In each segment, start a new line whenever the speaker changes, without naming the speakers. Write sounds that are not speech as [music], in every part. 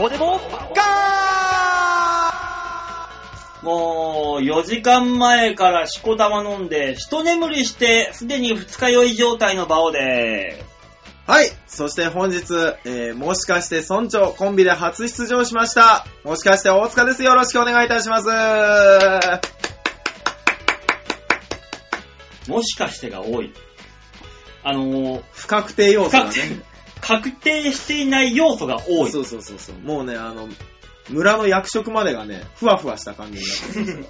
こでも
もう、4時間前からしこたま飲んで、一眠りして、すでに二日酔い状態の場をで
はい。そして本日、えー、もしかして村長コンビで初出場しました。もしかして大塚です。よろしくお願いいたします。
す。もしかしてが多い。あのー、
不確定要素がね。
確定していない要素が
[laughs]
多い。
そうそうそうそう。もうね、あの、村の役職までがね、ふわふわした感じになってるんで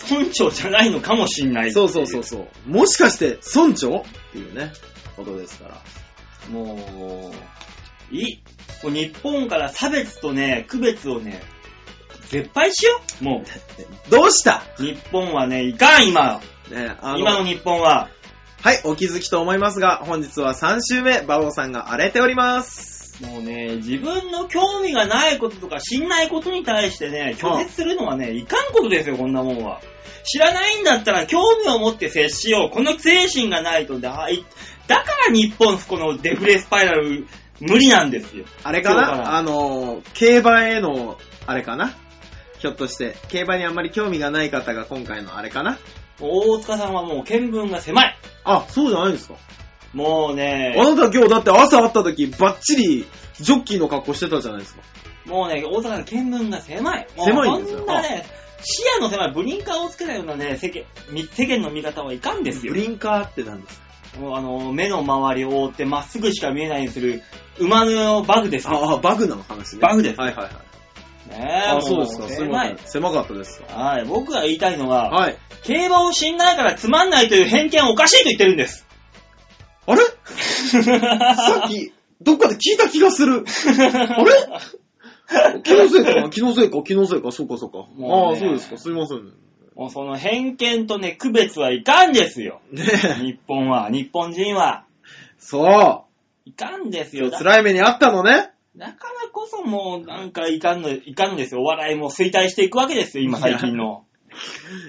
すよ
村長じゃないのかもしんない。
そうそうそう。そう。もしかして村長っていうね、ことですから。
もう、いい。もう日本から差別とね、区別をね、絶対しよう。も
どうした
う、日本はね、いかん、今。
ね、あの、
今の日本は。
はい、お気づきと思いますが、本日は3週目、馬王さんが荒れております。
もうね、自分の興味がないこととか知んないことに対してね、拒絶するのはね、いかんことですよ、こんなもんは。知らないんだったら興味を持って接しよう。この精神がないと、だいだから日本、このデフレスパイラル、無理なんですよ。
あれか
そう
な
かな
あの、競馬への、あれかなひょっとして、競馬にあんまり興味がない方が今回のあれかな
大塚さんはもう見聞が狭い。
あ、そうじゃないんですか、
もうね、
あなた今日だって朝会った時、バッチリ、ジョッキーの格好してたじゃないですか。
もうね、大阪の見聞が狭い。もう
狭いんですよ
こんなね、視野の狭いブリンカーをつけたようなね、世間み世間の見方はいかんですよ
ブ。リンカーって何ですか
もうあの、目の周りを覆ってまっすぐしか見えないようにする、馬のバグですよ。
ああ、バグなの話ね。
バグです
はいはいはい。
ねえ
あ
も
そうですか。すい
狭
ませ
い
ん。。狭かったですか。
はい、僕が言いたいのは、
はい。
競馬を知んないからつまんないという偏見はおかしいと言ってるんです。
あれさっ [laughs] き、どっかで聞いた気がする。あれ [laughs] 気のせいかな気のせいか気のせいかそうかそうか。
もうね
ああ、そうですか。すいませんね。
[laughs] もうその偏見とね、区別はいかんですよ。
ねえ。
日本は、日本人は。
そ
いかんです
う。
よ。だ
辛い目にあったのね。
だからこそもう、なんかいかんの、いかんですよ。お笑いも衰退していくわけですよ、今最近の。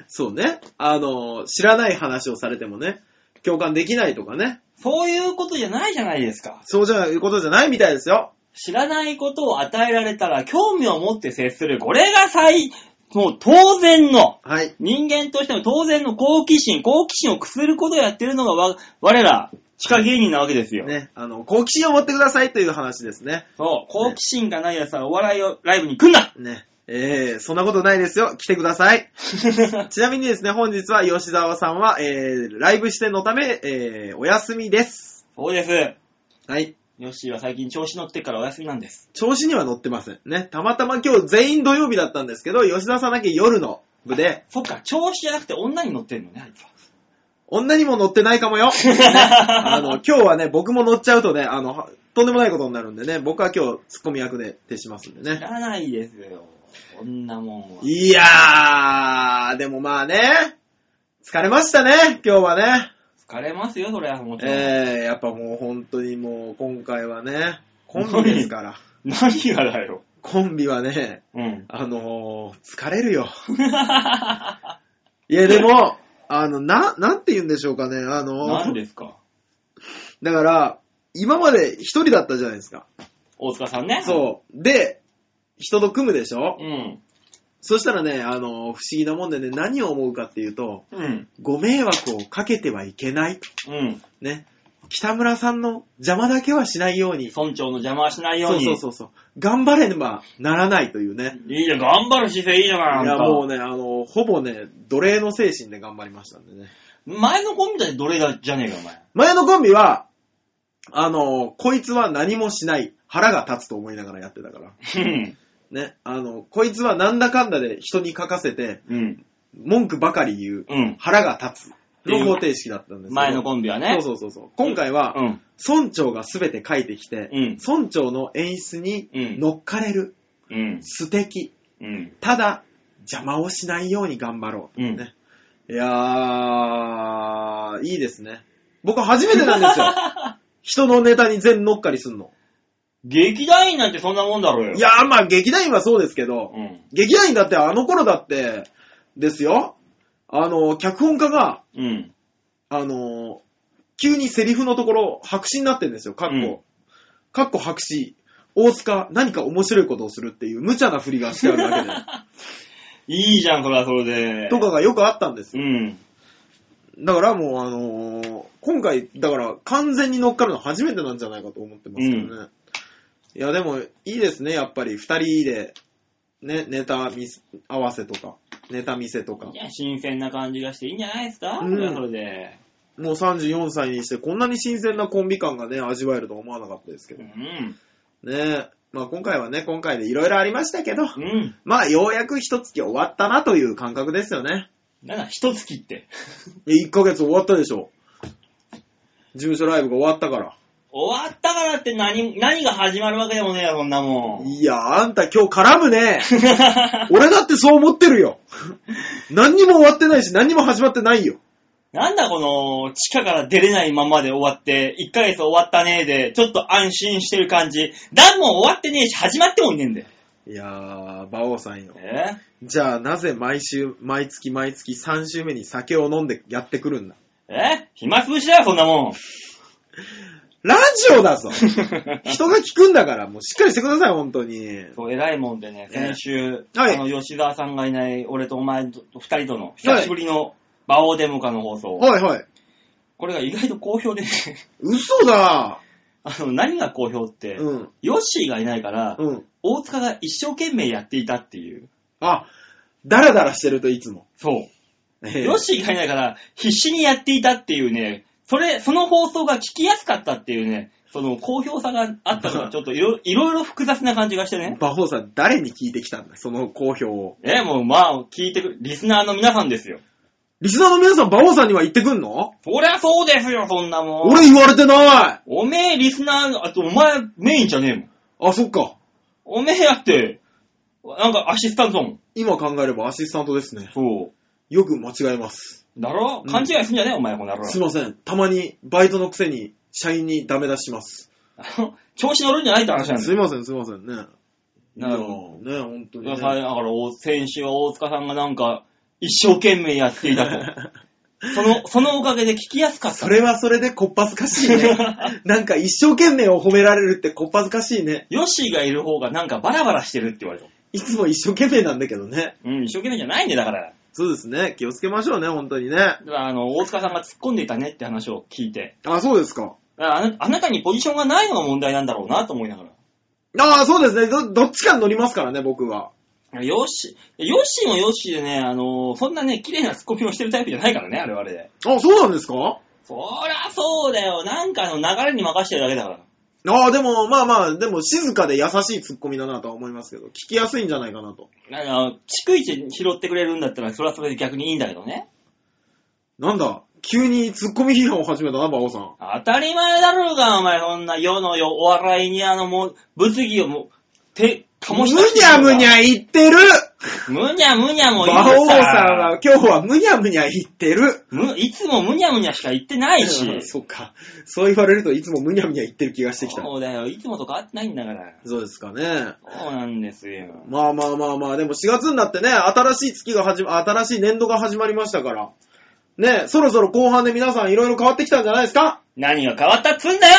そうね。あの、知らない話をされてもね、共感できないとかね。
そういうことじゃないじゃないですか。
そうじゃいうことじゃないみたいですよ。
知らないことを与えられたら興味を持って接する。これが最、もう当然の、
はい。
人間としての当然の好奇心、好奇心をくすることをやってるのがわ、我ら、地下芸人なわけですよ。
ね。あの、好奇心を持ってくださいという話ですね。
そう、好奇心がない奴はお笑いをライブに来んな
ね。えー、そんなことないですよ。来てくださ [laughs] い。ちなみにですね、本日は吉沢さんは、えー、ライブしてのため、えー、お休みです。
そうです。
はい。
ヨッシーは最近調子乗ってっからお休みなんです。
調子には乗ってません。ね。たまたま今日全員土曜日だったんですけど、吉沢さんだけ夜の部で、
そっか、調子じゃなくて女に乗ってんのね、あいつは。
女にも乗ってないかも
[laughs]
よ。ねあの、今日はね、僕も乗っちゃうとね、あの、とんでもないことになるんでね、僕は今日ツッコミ役で徹しますんで
知
ね。
らないですよ。こんなもんは。
いやー、でもまあね、疲れましたね、今日はね。
疲れますよ、それはもちろん。
えー、やっぱもう本当にもう今回はね、コンビです
[laughs]
から。
何がだよ。
コンビはね、 [laughs]
うん。
あのー、疲れるよ。いや、でも、あの、な、なんて言うんでしょうかね、あの
何
ー、
ですか
だから、今まで一人だったじゃないですか。
大塚さんね。
そう。で、人と組むでしょ
うん。
そしたらね、あのー、不思議なもんでね、何を思うかっていうと、
うん。
ご迷惑をかけてはいけない。
うん。
ね。北村さんの邪魔だけはしないように。
村長の邪魔はしないよう
そう
に。
そうそうそう。頑張れねばならないというね。
いいじゃん、頑張る姿勢いいじゃない。あん
い
た
や、もうね、あの、ほぼね、奴隷の精神で頑張りましたんでね。
前のコンビだって奴隷だじゃねえか、お前。
前のコンビは、あの、こいつは何もしない。腹が立つと思いながらやってたから。ね。あの、こいつはなんだかんだで人に書かせて、
うん。
文句ばかり言う。
うん。
腹が立つ。の方程式だったんですけど
前のコンビはね。
そうそうそうそう。今回は、
うん。
村長が全て書いてきて、
うん
村長の演出に
うん
乗っかれる、
うん。
素敵、
うん。
ただ邪魔をしないように頑張ろう、
うん
ね。いやー、いいですね。僕初めてなん
[laughs]
ですよ。人のネタに全乗っかりすんの。
劇団員なんてそんなもんだろうよ。
いやー、まあ劇団員はそうですけど、
うん。
劇団員だってあの頃だって、ですよ。あの、脚本家が、
うん。
あの、急にセリフのところ白紙になってんですよ、かっこ。
うん
かっこ白紙。大塚、何か面白いことをするっていう無茶な振りがしてある
[laughs]
だけで、
いいじゃん、それはそれで。
とかがよくあったんです
う
よ。
ん。
だからもう、あのー今回、だから完全に乗っかるの初めてなんじゃないかと思ってますけどね。
う
いや、でも、いいですね、やっぱり、二人で、ね、ネタ見せ合わせとか、ネタ見せとか
い。や、新鮮な感じがしていいんじゃないですか、
うん
それはそれで。
もう34歳にして、こんなに新鮮なコンビ感がね、味わえるとは思わなかったですけ
う
ど。ね
ん。
まあ今回はね、今回でいろいろありましたけど、
うん。
まあようやく一月終わったなという感覚ですよね。
なんだ、一月って。
1ヶ月終わったでしょ。事務所ライブが終わったから。
終わったからって何、何が始まるわけでもねえよ、そんなもん。
いや、あんた今日絡む [laughs] ね。俺だってそう思ってるよ。何にも終わってないし、何にも始まってないよ。
なんだこの、地下から出れないままで終わって、1ヶ月終わったねえで、ちょっと安心してる感じ。だもん終わってねえし、始まってもいねえんだよ。
いやー、馬王さんよ。
え
じゃあなぜ毎週、毎月毎月3週目に酒を飲んでやってくるんだ
え暇つぶしだよ、そんなもん。
ラジオだ [laughs] ぞ人が聞くんだから、もうしっかりしてください、本当に。
そう、偉いもんでね、
ええ
先週、
はい
あの、吉沢さんがいない、俺とお前と二人との、久しぶりの、馬王デモカの放送、
はいはい。
これが意外と好評でね、 [laughs]
嘘だ
あの、何が好評って、
うん、
ヨッシーがいないから、
うん。
大塚が一生懸命やっていたっていう。
あ、ダラダラしてるといつも。
そう。 [laughs]
ええ
ヨッシーがいないから、必死にやっていたっていうね、それ、その放送が聞きやすかったっていうね、その好評さがあったの
[laughs]
が、ちょっといろいろいろ複雑な感じがしてね。
馬王さん、誰に聞いてきたんだ、その好評を。
え、もうまあ、聞いてくる、リスナーの皆さんですよ。
リスナーの皆さん、馬王さんには言ってくんの
そりゃそうですよ、そんなもん。
俺言われてない
おめえ、リスナー、あと、お前、メインじゃねえもん。
あ、そっか。
おめえやって、なんかアシスタントだもん。
今考えればアシスタントですね。
そ
よく間違えます。
う。だろ
うん
勘違いすんじゃねえ、お前、この野郎。
すいません。たまに、バイトのくせに、社員にダメ出します。
あの [laughs] 調子乗るんじゃないって話なんだ
す
よ。
いません、すいませんね。いや
なる
ーね、本当に、
だ
ね。
から、だからお先週は大塚さんがなんか、一生懸命やって
[laughs]
いたと。その、そのおかげで聞きやすかった。
それはそれでこっぱずかしい
[laughs]
ね。なんか一生懸命を褒められるってこっぱずかしいね。
ヨッシーがいる方がなんかバラバラしてるって言われた。
いつも一生懸命なんだけどね。
うん、一生懸命じゃないんだよだから。
そうですね。気をつけましょうね、本当にね。
だから、あの、大塚さんが突っ込んでいたねって話を聞いて。
あ、そうですか。
だからあなあなたにポジションがないのが問題なんだろうなと思いながら。
あそうですねど。どっちかに乗りますからね、僕は。
ヨッシー、ヨッシーもヨッシーでね、あのーそんなね、綺麗なツッコミをしてるタイプじゃないからね、あれはあれで。
あ、そうなんですか
そらそうだよ、なんかあの流れに任してるだけだから。
ああ、でも、まあまあ、でも静かで優しいツッコミだなとは思いますけど、聞きやすいんじゃないかなと。
あの、逐一拾ってくれるんだったら、それはそれで逆にいいんだけどね。
なんだ、急にツッコミ批判を始めたな、馬王さん。
当たり前だろうが、お前、そんな世のよお笑いにあの、もう、物議をもう、て、かも
む
し
に
出して
ゃむに
ゃ
ゃ言ってる
むにゃむにゃもう
馬王さんは今日はむにゃむにゃ言ってる。
む、いつもむにゃむにゃしか言ってないし。
うん [laughs] そっか。そう言われるといつもむにゃむにゃ言ってる気がしてきた。
そうだよ、いつもと変わってないんだから。
そうですかね。
そうなんですよ。
まあまあまあまあ、でも4月になってね、新しい月が始ま、新しい年度が始まりましたから。ね、そろそろ後半で皆さんいろいろ変わってきたんじゃないですか
何が変わったっつうんだよ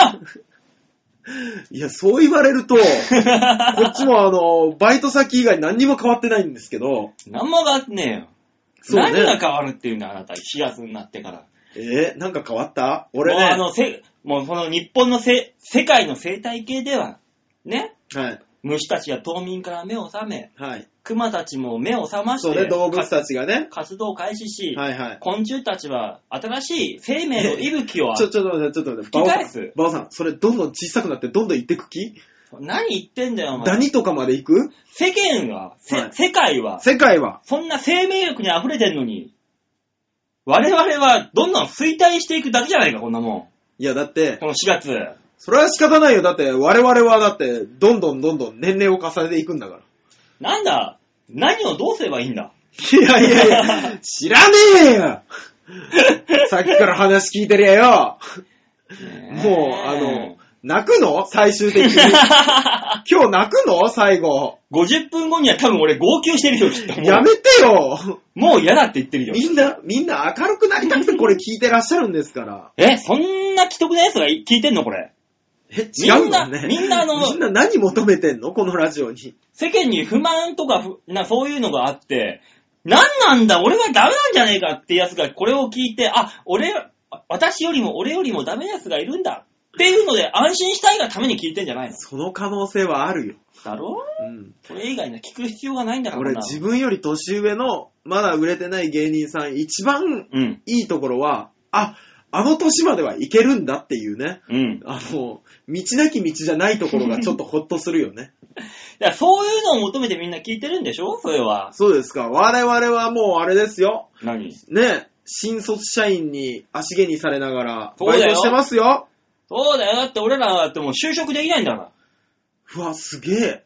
いや、そう言わ
[laughs]
れると、こっちもあの、バイト先以外何にも変わってないんですけど、
何も変わってねえよ。
そうね
何が変わるっていうんだ、あなた、4月になってから。
えー、なんか変わった俺
もうあ
ね、
の、せ、もうこの日本のせ、世界の生態系では、ね、
はい、
虫たちが冬眠から目を覚め、
はい。
熊たちも目を覚まし
そう
て、
ね、動物
か
たちがね、
活動を開始し、
はいはい。
昆虫たちは新しい生命の息吹を、
ちょ、ちょっと待って、ちょっと待って、
吹き返
さん
す、
バオさん、それどんどん小さくなってどんどん行ってく気
何言ってんだよ、お
ダ
前。
ニとかまで行く
世間は、せ
はい
世界は、
世界は、
そんな生命力に溢れてんのに、我々はどんどん衰退していくだけじゃないか、こんなも
いやだって
ん。、この4月。
それは仕方ないよ。だって、我々はだって、どんどんどんどん年齢を重ねていくんだから。
なんだ、何をどうすればいいんだ。
いやいやいや、知らねえよ
[laughs]
さっきから話聞いてりゃよ。もう、あの、泣くの最終的
[laughs]
に。今日泣くの最後。
50分後には多分俺号泣してるよ、きっと。もう
やめてよ
もう嫌だって言ってるよ。
みんな、みんな明るくなりたくてこれ聞いてらっしゃるんですから。
え、そんな既得な奴が聞いてんのこれ。
え、
み
違うんん
な、
だね。
みんなあの、
みんな何求めてんのこのラジオに。
世間に不満とかふな、そういうのがあって、なんなんだ、俺はダメなんじゃねえかってやつがこれを聞いて、あ、俺、私よりも俺よりもダメなやつがいるんだっていうので安心したいがために聞いてんじゃないの
その可能性はあるよ。
だろ
うん。
それ以外には聞く必要がないんだから
俺、
こんなの
自分より年上の、まだ売れてない芸人さん、一番
うん。
いいところは、あ、あの年まではいけるんだっていうね。
うん。だか
あの、道なき道じゃないとこ
[laughs]
ろがちょっとほっとするよね。
らそういうのを求めてみんな聞いてるんでしょそれは。
そうですか。我々はもうあれですよ。
何
ね、新卒社員に足毛にされながら、
そう
バ
だ
イ
よ
トしてますよ。
そうだよ。だって俺らだってもう就職できないんだか
うわ、すげえ。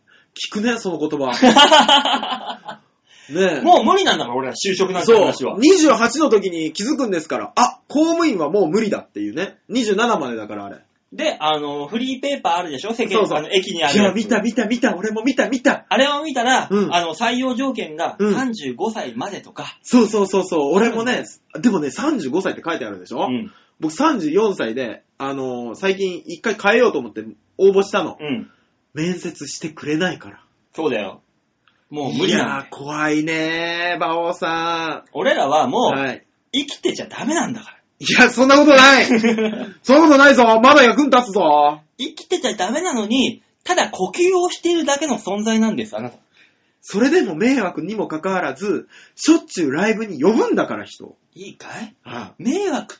聞くね、その言葉。ね
[laughs] ら。もう無理なんだから俺ら就職なんて
そう、
話は。
28の時に気づくんですから、あ、公務員はもう無理だっていうね。27までだからあれ。
で、あの、フリーペーパーあるでしょ世間
そう
の
そう
あの駅にある
いや、
やつ
見た見た見た、俺も見た見た。
あれを見たら、
うん
あの、採用条件が
うん
35歳までとか、
そうそうそうそう、俺もね、でもね、35歳って書いてあるでしょ、
うん、
僕34歳で、あのー最近一回変えようと思って応募したの。
うん、
面接してくれないから。
そうだよ。もう無
い
理なんだ
や
よ
ー、怖いねー、馬王さ
俺らは
ん。
もう、
はい。
生きてちゃダメなんだ
[laughs]
か
いや、そんなことな
[laughs]
い
ら。
そんなことないぞまだ役に立つぞ
生きてちゃダメなのに、ただ呼吸をしているだけの存在なんです、あなた。
それでも迷惑にもかかわらず、しょっちゅうライブに呼ぶんだから、人。
いいかい
あ
迷惑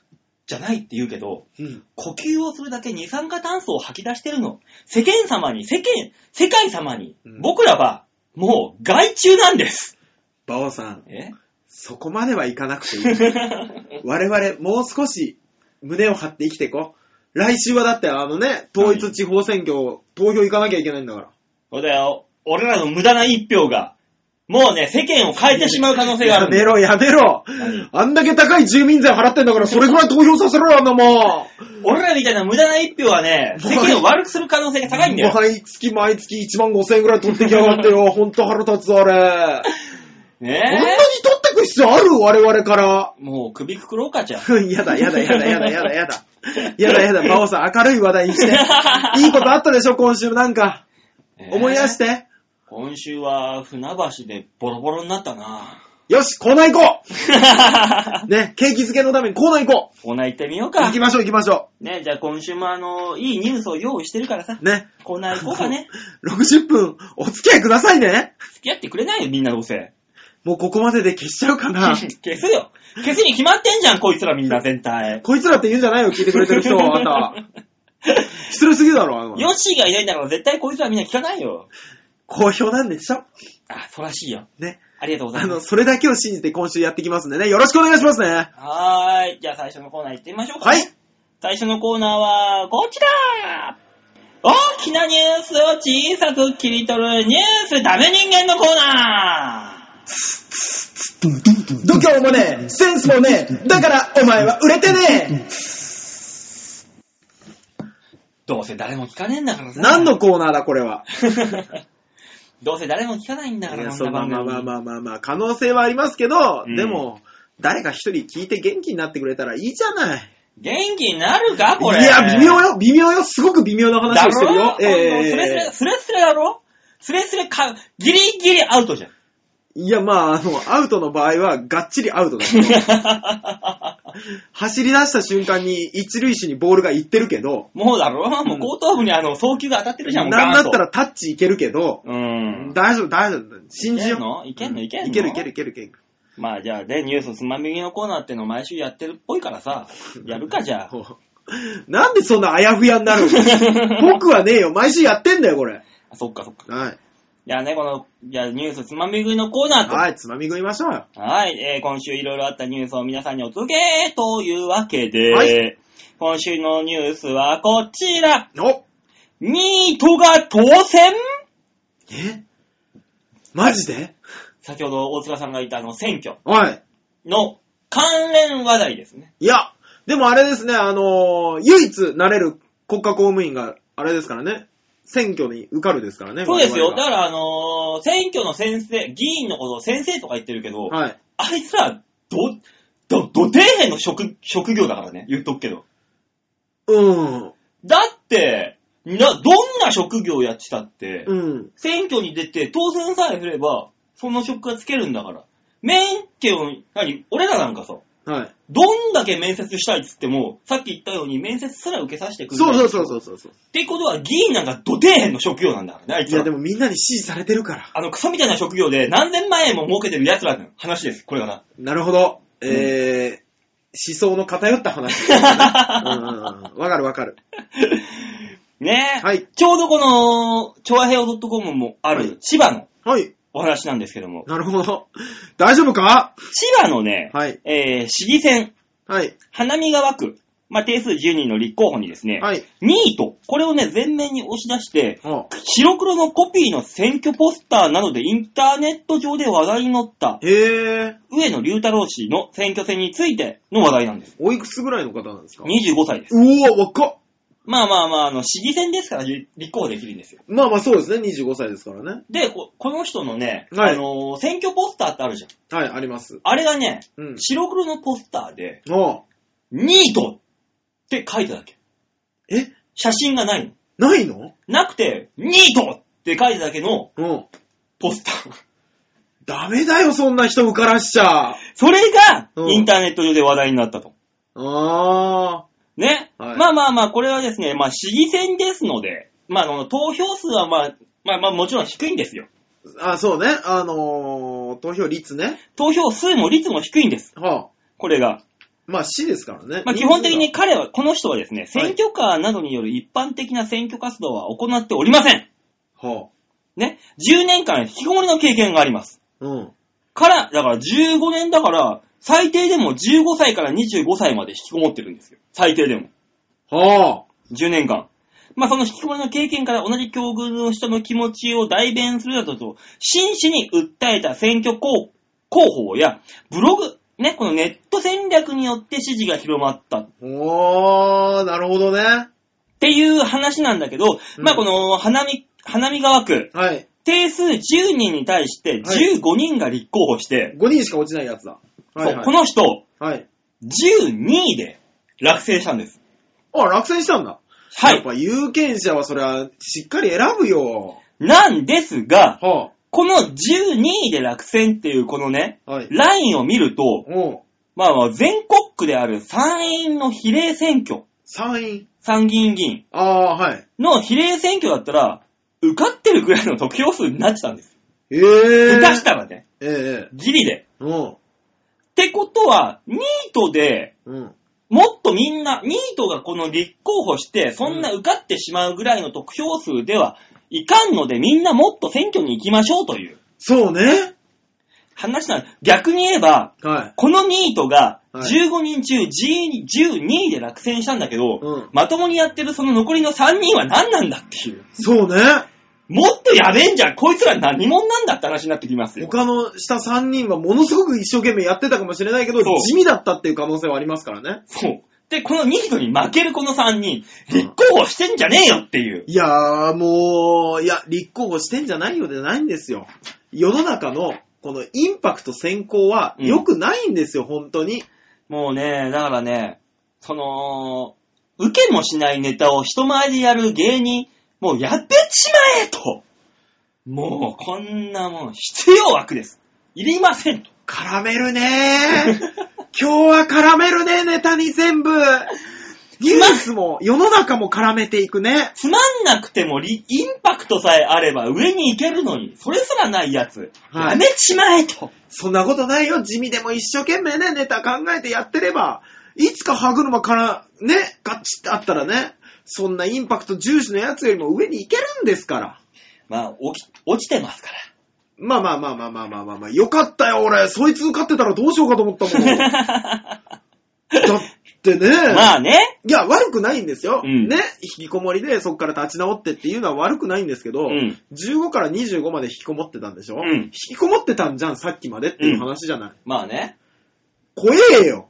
じゃないって言うけど、
うん。
呼吸をするだけ二酸化炭素を吐き出してるの。世間様に、世間、世界様に、
うん
僕らは、もう、害虫なんです。
馬王さん、
え [laughs]
そこまではいかなくていい。我々、もう少し胸を張って生きていこう。来週はだって、あのね、統一地方選挙、投票行かなきゃいけないんだから。
そうだよ。俺らの無駄な一票が、もうね、世間を変えてしまう可能性があ
や
るん
め
だ。
ろ、やめろ。あんだけ高い住民税払ってんだから、それぐらい投票させろよ、あんなもん。
俺らみたいな無駄な一票はね、世間を悪くする可能性が高いんだよ。
毎月毎月1万5千円ぐらい取ってきやがって [laughs] よ。ほんと腹立つぞ、あれ。こんなに
ね
取ってく必要ある我々から。
え。もう首くくろうか、じゃあ。。
[laughs] やだ、やだ、やだ、やだ、やだ、やだ。やだ、やだ、馬王さん、明るい話題に [laughs] して。いいことあったでしょ、今週なんか。思い出してて。
今週は船橋でボロボロになったな [laughs]
よし、コーナー行こうね、景気づけのためにコーナー行こ
コーナー行ってみよう
う
か
行き。ましょう、行きましょ
ねじゃあ今週もあの、いいニュースを用意してるからさ
う。。ね。
コーナー行こうかね。
60分、お付き合いくださいね。
[laughs] 付き合ってくれないよ、みんなどうせ。
もうここまでで消しちゃうか
[laughs]
な。
消すよ。消すに決まってんじゃん、こいつらみんな全体。
こいつらって言うんじゃないよ、聞いてくれてる人は、あんた。失礼すぎるだろ、あの。
[laughs] ヨッシーがいないんだから絶対こいつらみんな聞かないよ。
好評なんでしょ
あ、そうらしいよ。
ね。
ありがとうござ
あ
い
の、
ます。
それだけを信じて今週やってきますんでね。よろしくお願いしますね。
はーい。じゃあ最初のコーナー行ってみましょうか。
はい。
最初のコーナーは、こちら大きなニュースを小さく切り取るニュースダメ人間のコーナ
度胸もねえ、センスもねえ、だからお前は売れてね
ーどうせ誰も聞かねえんだから
え
さ。
何のコーナーだ、こ
[laughs]
れは。
どうせ誰も聞かないんだか
い
ら、
や、
こ
そうん
な
まあ
番
まあ
組
まあまあまあまあ、可能性はありますけど、
うん
でも、誰か一人聞いて元気になってくれたらいいじゃない。
元気になるかこれ。
いや、微妙よ、微妙よ、すごく微妙な話をしてるよ。
だろスレスレ、スレスレだろスレスレか、ギリギリアウトじゃん。 [laughs]
いや、まあ、あの、アウトの場合は、がっちりアウト
[laughs]
だよ走り出した瞬間に、一塁手にボールが行ってるけど、
もうだろもう後頭部にあの、送球が当たってるじゃん、もう
なんだ
ガ
っ
ーンと
たらタッチいけるけど、
うん。
大丈夫、大丈夫、信じよう。
いけんのいけんの
いけるいけるいけるいける。
まあじゃあね、ニュースつまみ食いのコーナーっての毎週やってるっぽいからさ、やるかじ
[laughs]
ゃあ。
ほうなんでそんなあやふやに
[laughs]
なるの僕はねえよ、毎週やってんだよ、これ。
あそっかそっか。
はい。
じゃあね、この、じゃあニュースつまみ食いのコーナーと。
はい、つまみ食いましょうよ。
はい、えー今週いろいろあったニュースを皆さんにお届けというわけで、
はい
今週のニュースはこちら
お
ニートが当選
えマジで
先ほど大塚さんが言ったあの選挙
おい。
の関連話題ですね。
いや、でもあれですね、あのー唯一なれる国家公務員が、あれですからね、選挙に受かるですからね。
そうですよ。
我
だか
々
らあのー選挙の先生、議員のことを先生とか言ってるけど、
がはい。
あいつら、ど、ど、ど底辺の職、職業だからね、言っとくけど。
うん。
だって、な、どんな職業やってたって、
うん。
選挙に出て当選さえすれば、その職がつけるんだから。免許を、何俺らなんかさ、
はい。
どんだけ面接したいっつっても、さっき言ったように面接すら受けさせてくれ
そう
ない
そうそうそうそう。
ってことは議員なんかど底辺の職業なんだからね、あい
い
つら
や、でもみんなに支持されてるから。
あのクソみたいな職業で何千万円も儲けてる奴らの話です、これがな。
なるほど。えー、思想の偏っ
[laughs]
た話。うんうんうんわかるわかる。
ねえ、
はい
ちょうどこの、チョアヘオ .com もあ
はい
る千葉の
はい。
お話なんですけども、
なるほど。大丈夫か
千葉のね、
はい。
えー、市議選、
はい。
花見川区、まあ、定数10人の立候補にですね、
はい。
2位と、これをね、前面に押し出して、
あ
白黒のコピーの選挙ポスターなどでインターネット上で話題になった、
へえ。
上野龍太郎氏の選挙戦についての話題なんです。
おいくつぐらいの方なんですか
25歳です。
うわ、若っ。
まあまあまあ、あの、市議選ですから立候補できるんですよ。
まあまあそうですね。25歳ですからね。
で、ここの人のね、
はい
あのー選挙ポスターってあるじゃん。
はい、あります。
あれがね、
うん。
白黒のポスターで、
ああ。
ニートって書いただけ。
え
写真がないの。
ないの
なくて、ニートって書いただけの
うん。
ポスター。
ダメだよ、そんな人受からしちゃ。あ
それが
う、ん
インターネット上で話題になったと。
あ
ね。
はい
まあまあまあ、これはですね、まあ、市議選ですので、まあ、あの、投票数はまあ、まあまあ、もちろん低いんですよ。
ー。あ、そうね。あのー、投票率ね。
投票数も率も低いんです。
はあ。
これが。
まあ市ですからね。
まあ、基本的に。彼は、この人はですね、選挙カーなどによる一般的な選挙活動は行っておりません。
は
ね。10年間引きこもりの経験があります。
あ。うん。
から、だから15年だから、最低でも15歳から25歳まで引きこもってるんですよ。最低でも。
はあ。
10年間。まあ、その引きこもりの経験から同じ境遇の人の気持ちを代弁するなどと、真摯に訴えた選挙候候補や、ブログ、ね、このネット戦略によって支持が広まったっ
おー、なるほどね。
ていう話なんだけど、
うん
まあ、この、花見、花見川区、
はい。
定数10人に対して15人が立候補して、
5人しか落ちないやつだ。はい、
そう
は
こ
い。
の人、
はい。
12位で落選したんです。
あ、落選したんだ。
は
やっ
い。
ぱ有権者はそりゃ、しっかり選ぶよ。
なんですが、
は
この12位で落選っていうこのね、
あ。はい。
ラインを見ると、
おう。
まあまあ、全国区である参院の比例選挙、
参院。
参議院議員
ああ、はい。
の比例選挙だったら、受かってるぐらいの得票数になってたんです。
ええ
下手したらね、
ええええ
ギリで。
うん。
ってことは、ニートで、
うん。
もっとみんな、ニートがこの立候補して、そんな受かってしまうぐらいの得票数ではいかんので、みんなもっと選挙に行きましょうという
そうね。
話なん逆に言えば、
はい。
このニートが
はい
15人中12位で落選したんだけど、
うん
まともにやってるその残りの3人は何なんだっていう。
そうね。
もっとやべえんじゃんこいつら何者なんだって話になってきますよ。
他の下3人はものすごく一生懸命やってたかもしれないけど、
そう
地味だったっていう可能性はありますからね。
そう。で、このニートに負けるこの3人、立候補してんじゃねえよっていう。
いやー、もう、いや、立候補してんじゃないようでないんですよ。世の中の、このインパクト先行は
うん
良くないんですよ、本当に。
もうね、だからね、その、受けもしないネタを人前でやる芸人、もうやってしまえと。もう、こんなもん、必要枠 [laughs] です。いりませんと。
絡めるね [laughs] ー。今日は絡めるね、ネタに全 [laughs] 部。ニュースも、世の中も絡めていくね。
つまんなくてもリインパクトさえあれば上に行けるのに、それすらないやつ、
はい
やめちまえと。
そんなことないよ。地味でも一生懸命ね、ネタ考えてやってれば、いつか歯車からね、ガッチってあったらね、そんなインパクト重視のやつよりも上に行けるんですから。
[laughs] まあ、起き落ちてますから。
まあまあまあまあまあまあまあまあ、よかったよ、俺。そいつ受かってたらどうしようかと思ったもん。だってね、
[laughs] まあね、
いや、悪くないんですよ。
うん
ね、引きこもりでそこから立ち直ってっていうのは悪くないんですけど、
うん
15から25まで引きこもってたんでしょ、
うん
引きこもってたんじゃん、さっきまでっていう話じゃない。
まあね。
怖えよ。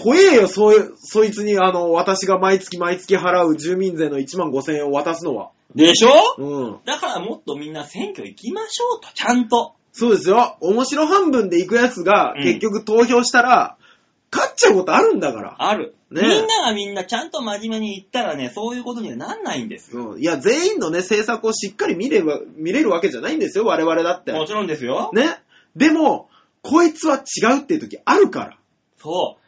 怖えよ、そういう、そいつに、あの、私が毎月毎月払う住民税の1万5千円を渡すのは。
[laughs] でしょ
うん。
だからもっとみんな選挙行きましょうと、ちゃんと。
そうですよ。面白半分で行くやつが、
うん
結局投票したら、勝っちゃうことあるんだから。
ある。
ね
みんながみんなちゃんと真面目に言ったらね、そういうことにはなんないんですよ。
うんいや、全員のね、制作をしっかり見れば、見れるわけじゃないんですよ、我々だって。
もちろんですよ。
ね。でも、こいつは違うっていう時あるから。
そ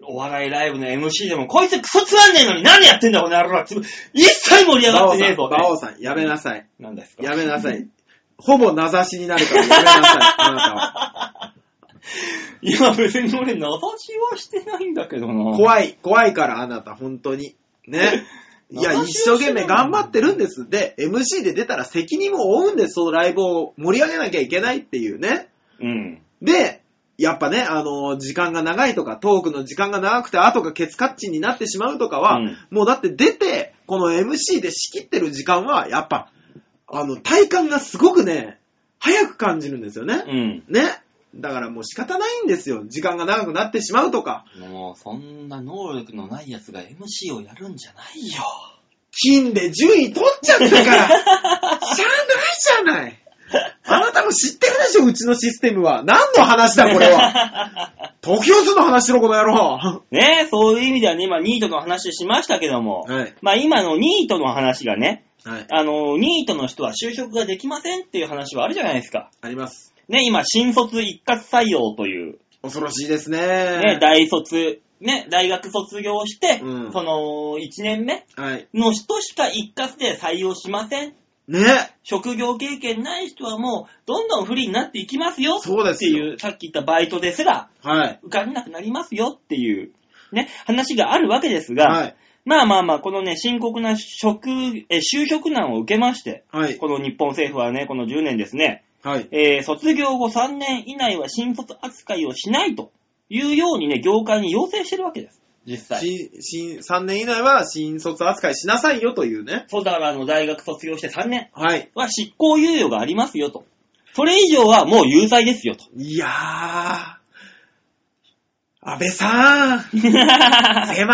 う。お笑いライブの MC でも、こいつクソつまんねえのに何やってんだこの野郎って一切盛り上がってねえぞ。
馬王さん、馬王さんやめなさい。
なんですか
やめなさい。ほぼ名指しになるから、やめなさい、あなたは。
今別に俺、名指しはしてないんだけどな。い。
怖い、怖いから、あなた、本当に。
[laughs]
ね。いや、
名指
一
し
生
は
懸命頑張ってるんです。で、MC で出たら責任も負うんです、そのライブを盛り上げなきゃいけないっていうね。
うん。
で、やっぱね、あの時間が長いとか、トークの時間が長くて、後がケツカッチンになってしまうとかは、
うん
もうだって出て、この MC で仕切ってる時間は、やっぱ、あの、体感がすごくね、早く感じるんですよね。
うん。
ね。だからもう仕方ないんですよ。時間が長くなってしまうとか、
もう、そんな能力のない奴が MC をやるんじゃないよ。
金で順位取っちゃったから、しゃあないじゃない。あなたも知ってるでしょ、うちのシステムは。何の話だ、これは。得票数の話しろ、この野郎。
ねえ、そういう意味ではね、今、ニートの話しましたけども、
はい。
まあ今のニートの話がね、
はい。
あの、ニートの人は就職ができませんっていう話はあるじゃないですか。
あります。
ね、今、新卒一括採用という、
恐ろしいですね。
ね、大卒、ね、大学卒業して、
うん
その、1年目
はい。
の人しか一括で採用しません。
ね。
職業経験ない人はもう、どんどん不利になっていきますよ。
そうで
っ
す
て
よ
いう、さっき言ったバイトですら、
はい。
受からなくなりますよっていう、ね、話があるわけですが、
はい。
まあまあまあ、このね、深刻な職、え、就職難を受けまして、
はい。
この日本政府はね、この10年ですね、
はい。
えー卒業後3年以内は新卒扱いをしないというようにね、業界に要請してるわけです。実際。
新、新、3年以内は新卒扱いしなさいよというね。
そうだから、あの、大学卒業して3年
はい。
は執行猶予がありますよと。それ以上はもう有罪ですよと。
いやー。安倍さん、狭いよー。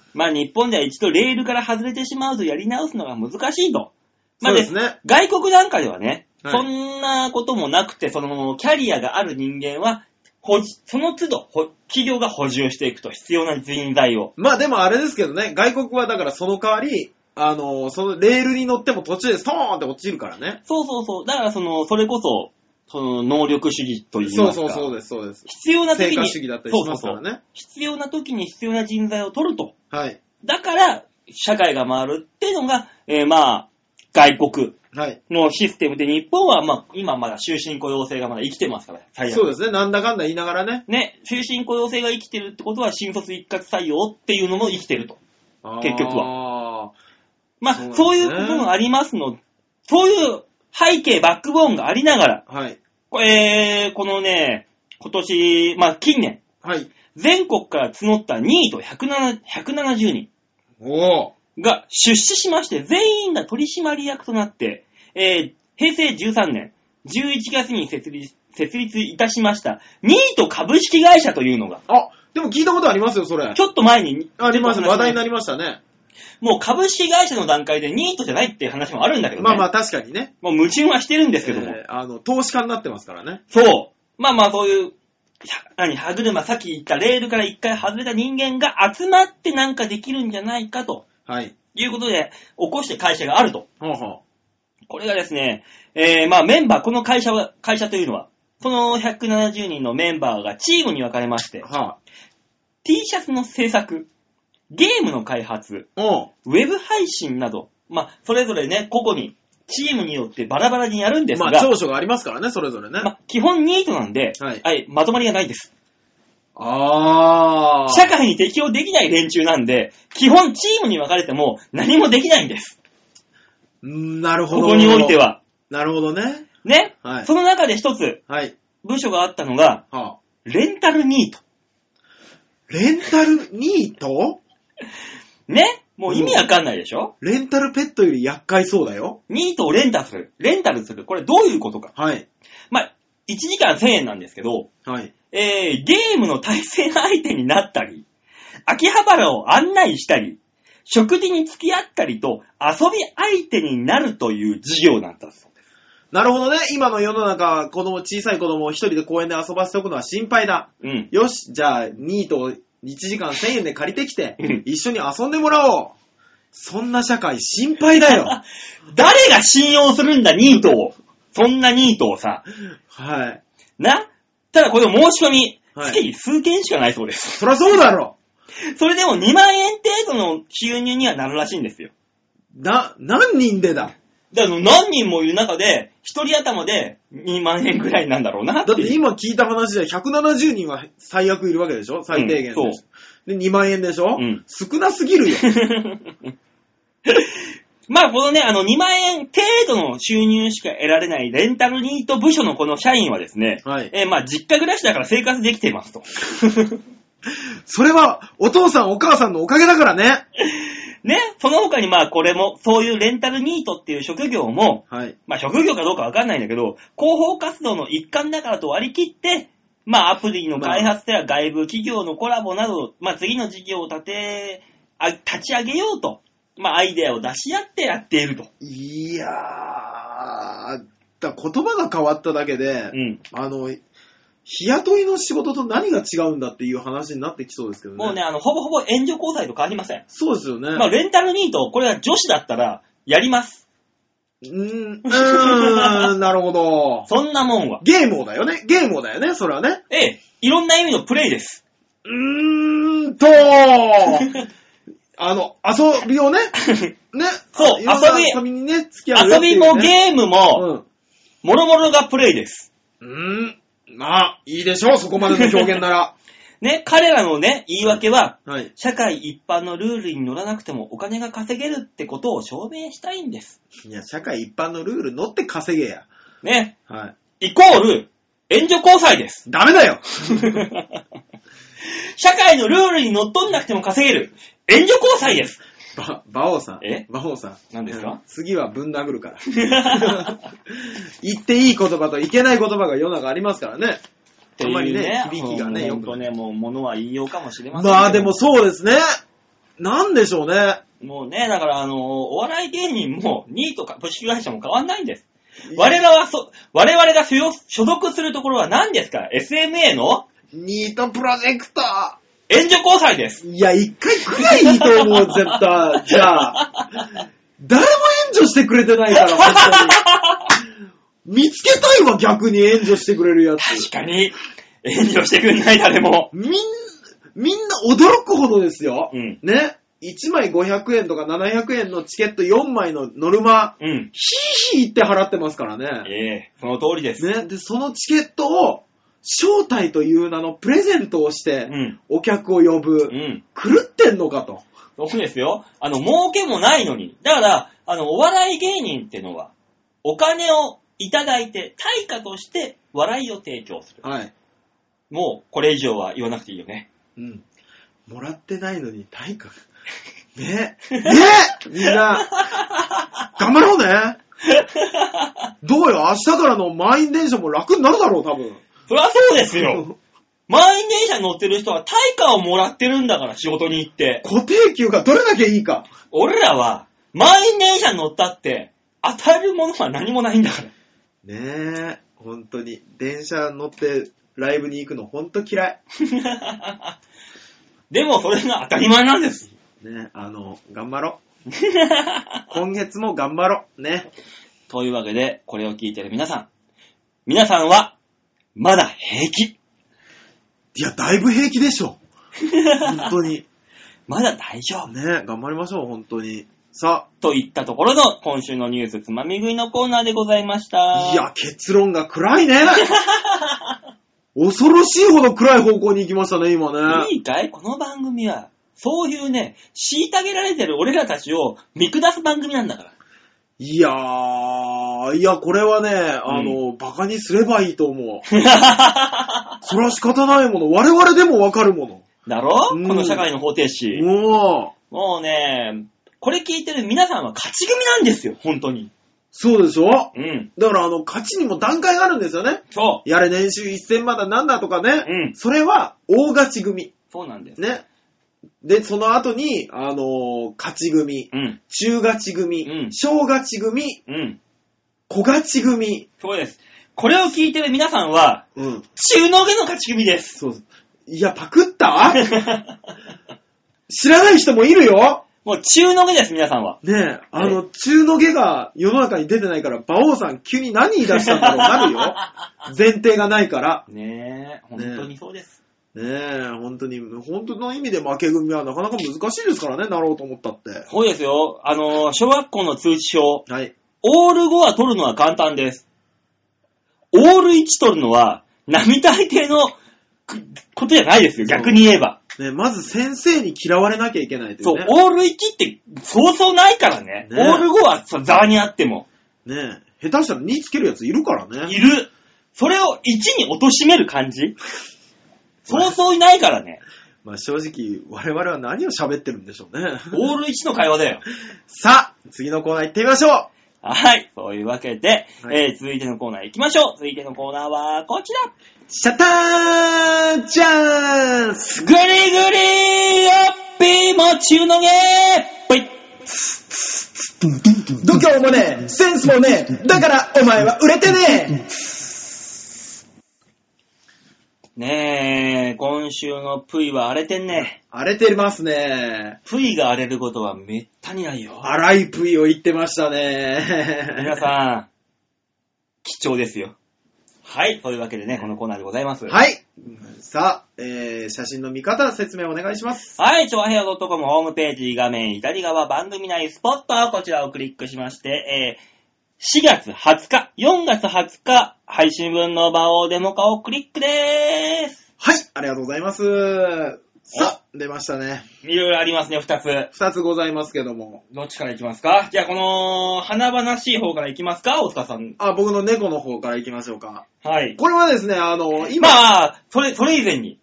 [laughs] まあ日本では一度レールから外れてしまうとやり直すのが難しいと。まあ
そうですね。
外国なんかではね、
はい
そんなこともなくて、そのキャリアがある人間は、補その都度、ほ企業が補充していくと、必要な人材を。
まあでもあれですけどね、外国はだからその代わり、あのーそのレールに乗っても途中でストーンって落ちるからね。
そうそうそう。だから、その、それこそ、その、能力主義といい
そ
ま
う
すか。
そうそう
う。
です、そうです。
必要な時
成果
に、
主義だったりしますから
そうそうそう
ね。
必要な時に必要な人材を取ると。
はい。
だから、社会が回るっていうのが、えーまあ、外国
はい。
のシステムで、日本は、まあ、今まだ終身雇用制がまだ生きてますから、最悪。
そうですね、なんだかんだ言いながらね。
ね、終身雇用制が生きてるってことは、新卒一括採用っていうのも生きてると。結局
は。
まあ、
そう
そう,、
ですね
いう部分ありますの、そういう背景、バックボーンがありながら、
はい。
こえー、このね、今年、まあ、近年、
はい。
全国から募ったニート107 170人
おー。
が出資しまして、全員が取締役となって、えー、平成13年11月に設立、設立いたしました、ニート株式会社というのが、
あ、でも聞いたことありますよ、それ。
ちょっと前に、
あります、
ちょっとお話ししました
話題になりましたね。
もう株式会社の段階でニートじゃないっていう話もあるんだけどね。
まあまあ確かにね。
もう矛盾はしてるんですけども。
えーあの、投資家になってますからね。
そう。まあまあそういう、は何、歯車、さっき言ったレールから一回外れた人間が集まってなんかできるんじゃないかと
はい。
いうことで、起こして会社があると。
ほうほ
これがですね、えー、まあメンバー、この会社は、会社というのは、この170人のメンバーがチームに分かれまして
う。、は
T シャツの制作、ゲームの開発、
あ。おう
ウェブ配信など、まあ、それぞれね、個々に、チームによってバラバラにやるんです
ま
が、
あ
まあ
長所がありますからね、それぞれね。
基本ニートなんで、
はい
はい、まとまりがないです。
あ
社会に適応できない連中なんで、基本チームに分かれても何もできないんです。
うんなるほ
こ
ど。
こにおいて。は。
なるほどね。
ね、
はい
その中で一つ、
はい。
部署があったのが、
はあ。
レンタルニート。
レンタルニート
ねもう意味わかんないでしょ、
レンタルペットより厄介そうだよ。
ニートをレンタルする。レンタルする。これどういうことか。
はい。
まあ、1時間1000円なんですけど、
はい。
えー、ゲームの対戦相手になったり、秋葉原を案内したり、食事に付き合ったりと遊び相手になるという事業なんだそうです。
なるほどね。今の世の中、子供、小さい子供を一人で公園で遊ばせておくのは心配だ。
うん。
よし、じゃあ、ニートを1時間1000円で借りてきて
うん、
一緒に遊んでもらおう。そんな社会心配だよ。
[laughs] 誰が信用するんだ、ニートを。そんなニートをさ。
はい。
なただこれ申し込み、
はい
月に数件しかないそうです。
そりゃそうだろ。
それでも2万円程度の収入にはなるらしいんですよ。
な、何人でだ
だから何人もいる中で、一人頭で2万円ぐらいなんだろうなって
だっ
いう。
て今聞いた話で170人は最悪いるわけでしょ最低限でしょ、
うんそ
で、2万円でしょ、
うん
少なす
[laughs]
ぎるよ。
まあ、このね、あの、2万円程度の収入しか得られないレンタルニート部署のこの社員はですね、
はい
えーまあ、実家暮らしだから生活できていますと。 [laughs]
それは、お父さんお母さんのおかげだからね。
ね、その他にまあ、これも、そういうレンタルニートっていう職業も、
はい。
まあ、職業かどうかわかんないんだけど、広報活動の一環だからと割り切って、まあ、アプリの開発や外部企業のコラボなど、まあ、次の事業を立て、あ立ち上げようと、まあ、アイデアを出し合ってやっていると。
いやー、だ言葉が変わっただけで、
うん。
あの、日雇いの仕事と何が違うんだっていう話になってきそうですけどね。
もうね、あの、ほぼほぼ援助交際と変わりません。
そうですよね。
まあ、レンタルニート、これは女子だったら、やります。
うーん、うー
[laughs]
ん、なるほど。
そんなもんは。
ゲームをだよね。ゲームをだよね、それはね。
ええ、いろんな意味のプレイです。
うーんと、あの、遊び [laughs] をね、ね、
そう
いろんな
遊び
遊びにね、付き合うよ
遊
って [laughs] い
び
うね、
もゲームも、
うん
もろもろがプレイです。
うーん。まあ、いいでしょう、そこまでの表現なら。
ね、彼らのね、言い訳は、
[laughs] はい。
社会一般のルールに乗らなくてもお金が稼げるってことを証明したいんです。
いや、社会一般のルール乗って稼げや。
ね、
はい。
イコール、援助交際です。
[laughs] ダメだよ
社会のルールに乗っ取んなくても稼げる。援助交際
[laughs]
です。
ば、馬王さん。
え
馬王さん。
何ですか
うん次はぶん殴るから。言っていい言葉といけない言葉が世の中ありますからね。
って
あんま
い
り
う
ね
ね、
響きがね
ほんとね、もう物は引用かもしれませんけど
まあでもそうですね。なんでしょうね。
もうね、だからあのーお笑い芸人も、2位とか、株式会社も変わんないんです。我々はそ、我々が所有所属するところは何ですか ?SMA の
ニートプロジェクト
援助交際です。
いや、一回くらいいいと思う、絶対。じゃあ。誰も援助してくれてないから、本当に。見つけたいわ、逆に援助してくれるやつ。
確かに、援助してくんない、誰も。
みん、みんな驚くほどですよ。
うん
ね。1枚500円とか700円のチケット4枚のノルマ、
うん。
ヒーヒーって払ってますからね。
ええその通りです。
ね。で、そのチケットを、招待という名のプレゼントをして、
うん
お客を呼ぶ
う。ん。
狂ってんのかと。
そうですよ。あの、儲けもないのに。だから、あの、お笑い芸人ってのは、お金をいただいて、対価として笑いを提供する。
はい。
もう、これ以上は言わなくていいよね。
うん。もらってないのに
[laughs]
対価が。ね。ねみんな。頑張ろうね。どうよ、明日からの満員電車も楽になるだろう、多分。
そりゃそうです
[laughs]
よ。満員電車に乗ってる人は対価をもらってるんだから、仕事に行って。
固定給がどれだけいいか。
俺らは、満員電車に乗ったって、与えるものは何もないんだから。
ねえ、本当に。電車乗ってライブに行くの本当嫌い。
[laughs] でも、それが当たり前なんです。
ねあの、頑張ろ
[laughs]
う。今月も頑張ろう。ね。
というわけで、これを聞いてる皆さん。皆さんは、まだ平気。 [laughs]
いや、だいぶ平気でしょ。本当に。
まだ大丈夫。
ね頑張りましょう、本当に。さ
といったところの、今週のニュースつまみ食いのコーナーでございました。
あ、いや、結論が暗
[laughs]
いね。恐ろしいほど暗い方向に行きましたね、今ね。
いいかいこの番組は、そういうね、虐げられてる俺らたちを見下す番組なんだから。
いやー、いや、これはね、あの、馬鹿にすればいいと
[laughs]
思う。それは仕方ないもの。我々でもわかるもの。
だろ、
うん
この社会の方程式。
もう、
もうね、これ聞いてる皆さんは勝ち組なんですよ、本当に。
そうでしょ
うん。
だから、あの、勝ちにも段階があるんですよね。
そ
やれ、年収1000万だなんだとかね。
うん
それは、大勝ち組。
う。そうなんです。
ね。で、その後に、あのー勝ち組、
うん。
中勝ち組、
うん
小勝ち組、
うん。
小勝ち組。
そうです。これを聞いてる皆さんは、
うん。
中の下の勝ち組です。
そうそう。いや、パクった知らない人もいるよ
[laughs] もう中の下です、皆さんは。
ねえ、あの、中の下が世の中に出てないから、馬王さん急に何言い出したんだろうなる [laughs] よ。前提がないから。
ねえ、本当にそうです。
ねえ、本当に、本当の意味で負け組はなかなか難しいですからね、なろうと思ったって。
そうですよ。あのー、小学校の通知表、
はい。
オール5は取るのは簡単です。オール1取るのは、並大抵のくことじゃないですよ、逆に言えば。
ね、まず先生に嫌われなきゃいけないとい
そうう
ね。、
オール1ってそうそうないからね。
ね
オール5はそうざらにあっても、
ねえ、下手したら2つけるやついるから
い
ね。
る。それを1に貶としめる感じそうそういないからね。
まあ正直、我々は何を喋ってるんでしょうね。
オール1の会話だよ。
さあ、次のコーナー行ってみましょ
はい。そういうわけで、
はい
えー、続いてのコーナー行きましょう。続いてのコーナーは、こちら。
うシャッターチャンス
グリグリアッピーも中のゲーぽい
度胸もねえ、センスもねえ、だからお前は売れてね
ねえ、今週のプイは荒れてんね
え。。荒れてますね。
プイが荒れることはめったにないよ。
荒いプイを言ってましたね。
皆さん、貴重ですよ。はい。というわけでね、このコーナーでございます。
はい。さあ、えー、写真の見方、説明お願いします。
はい、超平和 .com ホームページ画面左側番組内スポット、こちらをクリックしまして、えー、4月20日、4月20日、配信分の場をデモ化をクリックでーす。
はい、ありがとうございます。さあ、出ましたね。
いろいろありますね、2つ。
二つございますけども。
どっちからいきますかじゃあ、この、華々しい方からいきますか大塚さん。
あ、僕の猫の方から行きましょうか。
はい。
これはですね、あの、
ま
今、
あ、それ、それ以前に、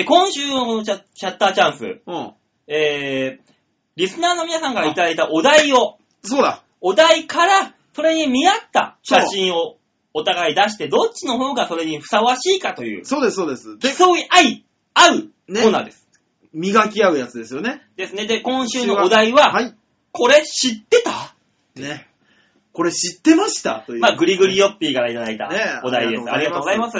えー今週のチャチャッターチャンス、
うん。
えー、リスナーの皆さんからいただいたお題を、
そうだ。
お題から、それに見合った写真をお互い出して、どっちの方がそれにふさわしいかという、
そうです、そうです。で、
競い合い、合うコ
ね
ーナーです。
磨き合うやつですよね。
ですね。で、今週のお題は、
はい。
これ知ってた
ね。これ知ってましたという。
まあ、グリグリヨッピーからいただいた
ね
お題です。あ
あ
り
り
がとうご
がとうご
ざ
ざ
い
い
ま。
ます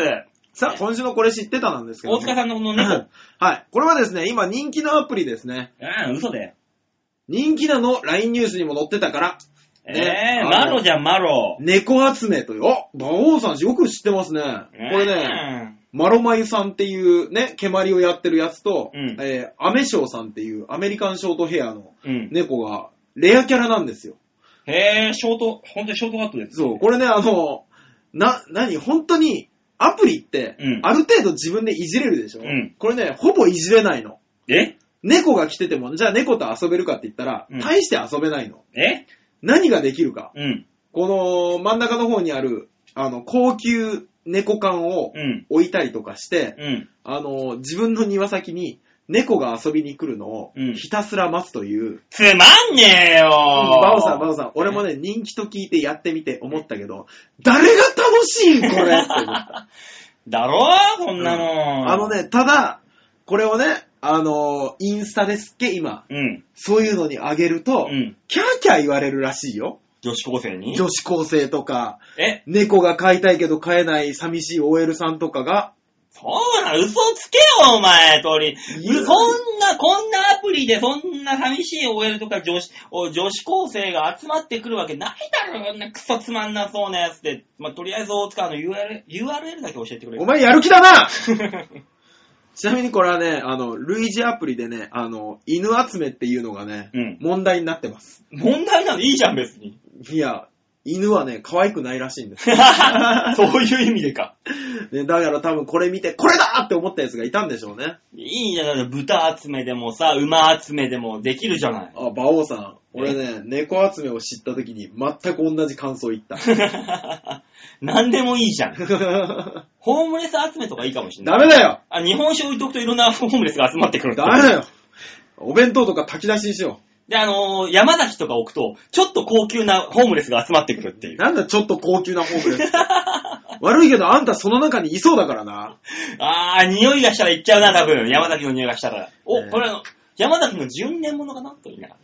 さあ、今週のこれ知ってたなんですけど、
大塚さんのこの猫。
はい。これはですね、今人気のアプリですね。
うん、嘘だよ。
人気なの LINE ニュースにも載ってたから、
え
ね
ー、
あの
マロじゃん、マロ。
猫集めという。あ、馬王さんよく知ってますね。これね、マロマイさんっていうね、蹴鞠をやってるやつと、
うん
えーアメショウさんっていうアメリカンショートヘアの
うん。うん。
猫がレアキャラなんですよ。
へえ、ショート、本当にショートカットです。
そう、これね、あの、な、なに、本当に、アプリって
うん、
ある程度自分でいじれるでしょ、
うん
これね、ほぼいじれないの。
え
猫が来てても、じゃあ猫と遊べるかって言ったら、
うん
大して遊べないの。
え
何ができるか。
うん。
この真ん中の方にある、あの、高級猫缶を
うん。
置いたりとかして、
うん。
あの、自分の庭先に猫が遊びに来るのを
うん
ひたすら待つという。
つまんねえよ
バオさん、バオさん、俺もね、人気と聞いてやってみて思ったけど、誰が楽しいんこれって思った。
だろこんなもん。
あの。ね、ただ、これをね、あのーインスタですっけ、今。
うん。
そういうのにあげると、
うん。
キャーキャー言われるらしいよ。
女子高生に
女子高生とか、
え
猫が飼いたいけど飼えない寂しい OL さんとかが、
そうな、嘘つけよ、お前、鳥。そ
いや
んな、こんなアプリで、そんな寂しい OL とか女子、お女子高生が集まってくるわけないだろ、こんなクソつまんなそうなやつで。まあ、とりあえず大塚の URL, URL だけ教えてくれ
お前やる気だなちなみにこれはね、あの、類似アプリでね、あの、犬集めっていうのがね、
うん
問題になってます。
[laughs] 問題なのいいじゃん、別
[laughs]
に。
いや、犬はね、可愛くないらしいんです。
そういう意味でか。
ね、だから多分これ見て、これだって思ったやつがいたんでしょうね。
いいじゃん、だって豚集めでもさ、馬集めでもできるじゃない。
あ、馬王さん。俺ね、猫集めを知った時に全く同じ感想
[laughs]
言った。
何でもいいじゃん。ホームレス集めとかいいかもしれない。
ダメだよ
あ、日本酒置いとくといろんな [laughs] ホームレスが集まってくる。
ダメだよお弁当とか炊き出しにしよ。
で、あのー山崎とか置くと、ちょっと高級なホームレスが集まってくるっていうう。
なんだちょっと高級なホー
[laughs]
ムレス。悪いけどあんたその中にいそうだからな。
あー、匂いがしたら行っちゃうな、多分。山崎の匂いがしたら。お、
ね
これあの、山崎の10年ものかなと言いながら。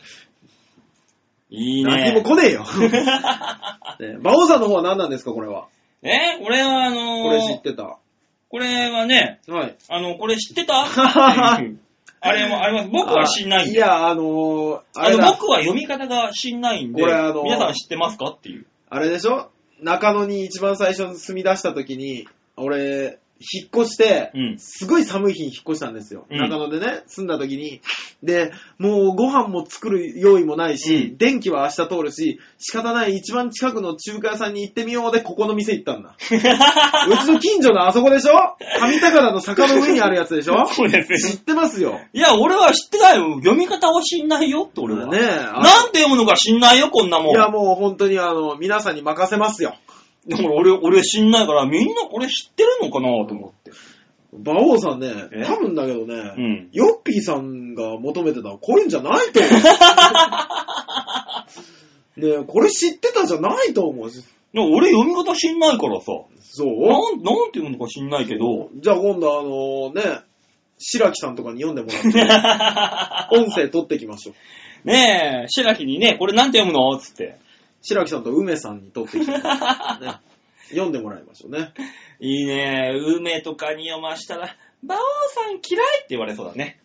いい
何
ね
も。来ね
[laughs]
えよ。ね馬王さんの方は何なんですか、これは。
えこれはあのー
これ知ってた。
これはね、 [laughs]
はい。
あの、これ知って
[laughs]
たあれもあります。僕は知んないん
い
で。
や、あのー、あ
あ
れ
の、
だ、
僕は読み方が知んないんで、
これあの
皆さん知ってますかっていう。
あれでしょ中野に一番最初に住み出した時に、俺、引っ越して、
うん
すごい寒い日に引っ越したんですよ。
うん
中野でね、住んだ時に。で、もうご飯も作る用意もないし、
うん
電気は明日通るし、仕方ない一番近くの中華屋さんに行ってみようで、ここの店行った
[laughs]
んだ。うちの近所のあそこでしょ上高田の坂の上にあるやつでしょ
[laughs] そうです
知
よ
っ。てますよ。
いや、俺は知ってないよ。読み方は知んないよって俺は。
ねえ。あ
なんて読むのか知んないよ、こんなもん。
いや、もう本当にあの、皆さんに任せますよ。
でも俺、俺知んないから、みんなこれ知ってるのかなと思って。
馬王さんね
え、
多分だけど
う
ね、
ん。
ヨッピーさんが求めてたのこういうんじゃない [laughs] と思う。ねえこれ知ってたじゃないと思う。
でも俺読み方知んないからさ、
そう
なん、なんて読むのか知んないけど、
[laughs] じゃあ今度あのね、白木さんとかに読んでも [laughs] らって、音声取ってきましょう。
ねえ、白木にね、これなんて読むのつって。
白木さんと梅さんに取ってき [laughs] て、ね、読んでもらいましょうね。
いいね、梅とかに読ましたら、馬王さん嫌いって言われそうだね。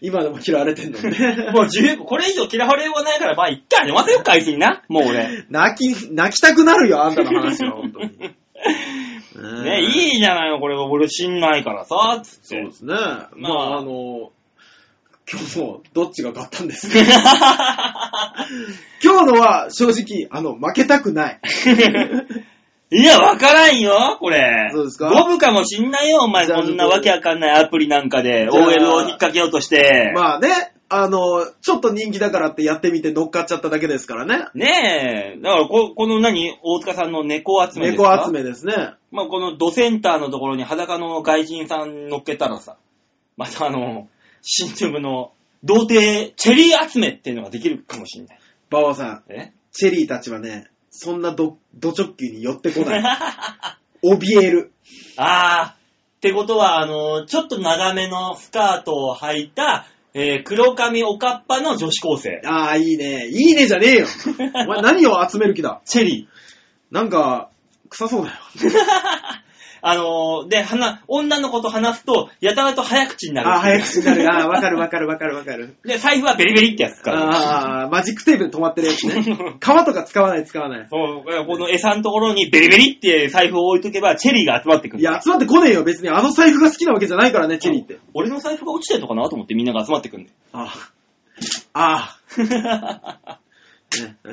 今でも嫌われてんのね。
もう十分、これ以上嫌われようがないから、まあ一回読ませようか、あいつにな。もう俺。
[laughs] 泣き、泣きたくなるよ、あんたの話は、本当に。 [laughs] ね
ねえ、いいじゃないの、これは俺知んないからさ、つって。
[laughs] そうですね。まあ、
まあ
あの、今日のどっちが勝ったんですか今日のは正直、あの、負けたく
[laughs]
ない。
いや、わからんよ、これ。
そうですか
五分かもしんないよ、お前。
じゃあ
こんなわけわかんないアプリなんかで、
じゃあ
OL を引っ掛けようとして。
まあね、あの、ちょっと人気だからってやってみて乗っかっちゃっただけですからね。
ねえ。だからこ、この何大塚さんの猫集めです
猫
か
集。めですね。
まあ、このドセンターのところに裸の外人さん乗っけたらさ、またあの、新宿の童貞チェリー集めっていうのができるかもしんない。
バオさん、
え
チェリーたちはね、そんなど、ド直球に寄ってこない。怯える。
[laughs] あー。ってことは、あの、ちょっと長めのスカートを履いた、えー黒髪おかっぱの女子高生。
ああ、いいね。いいねじゃね
[laughs]
えよ。お前何を集める気だ
チェリー。
なんか、臭そうだよ。
あのーで、話、女の子と話すと、やたらと早口になる。
ああ、早口になる。ああ、わかるわかるわかるわかる。
で、財布はベリベリってやつ使う。
ああ、マジックテープで止まってるやつ
[laughs]
ね。革とか使わない使わない。
そう、この餌のところにベリベリって財布を置いとけば、チェリーが集まってくる。
いや、集まってこねえよ、別に。あの財布が好きなわけじゃないからね、チェリーって。
俺の財布が落ちてるのかなと思ってみんなが集まってくるんで。 [laughs]
ああ。ああ。ね、え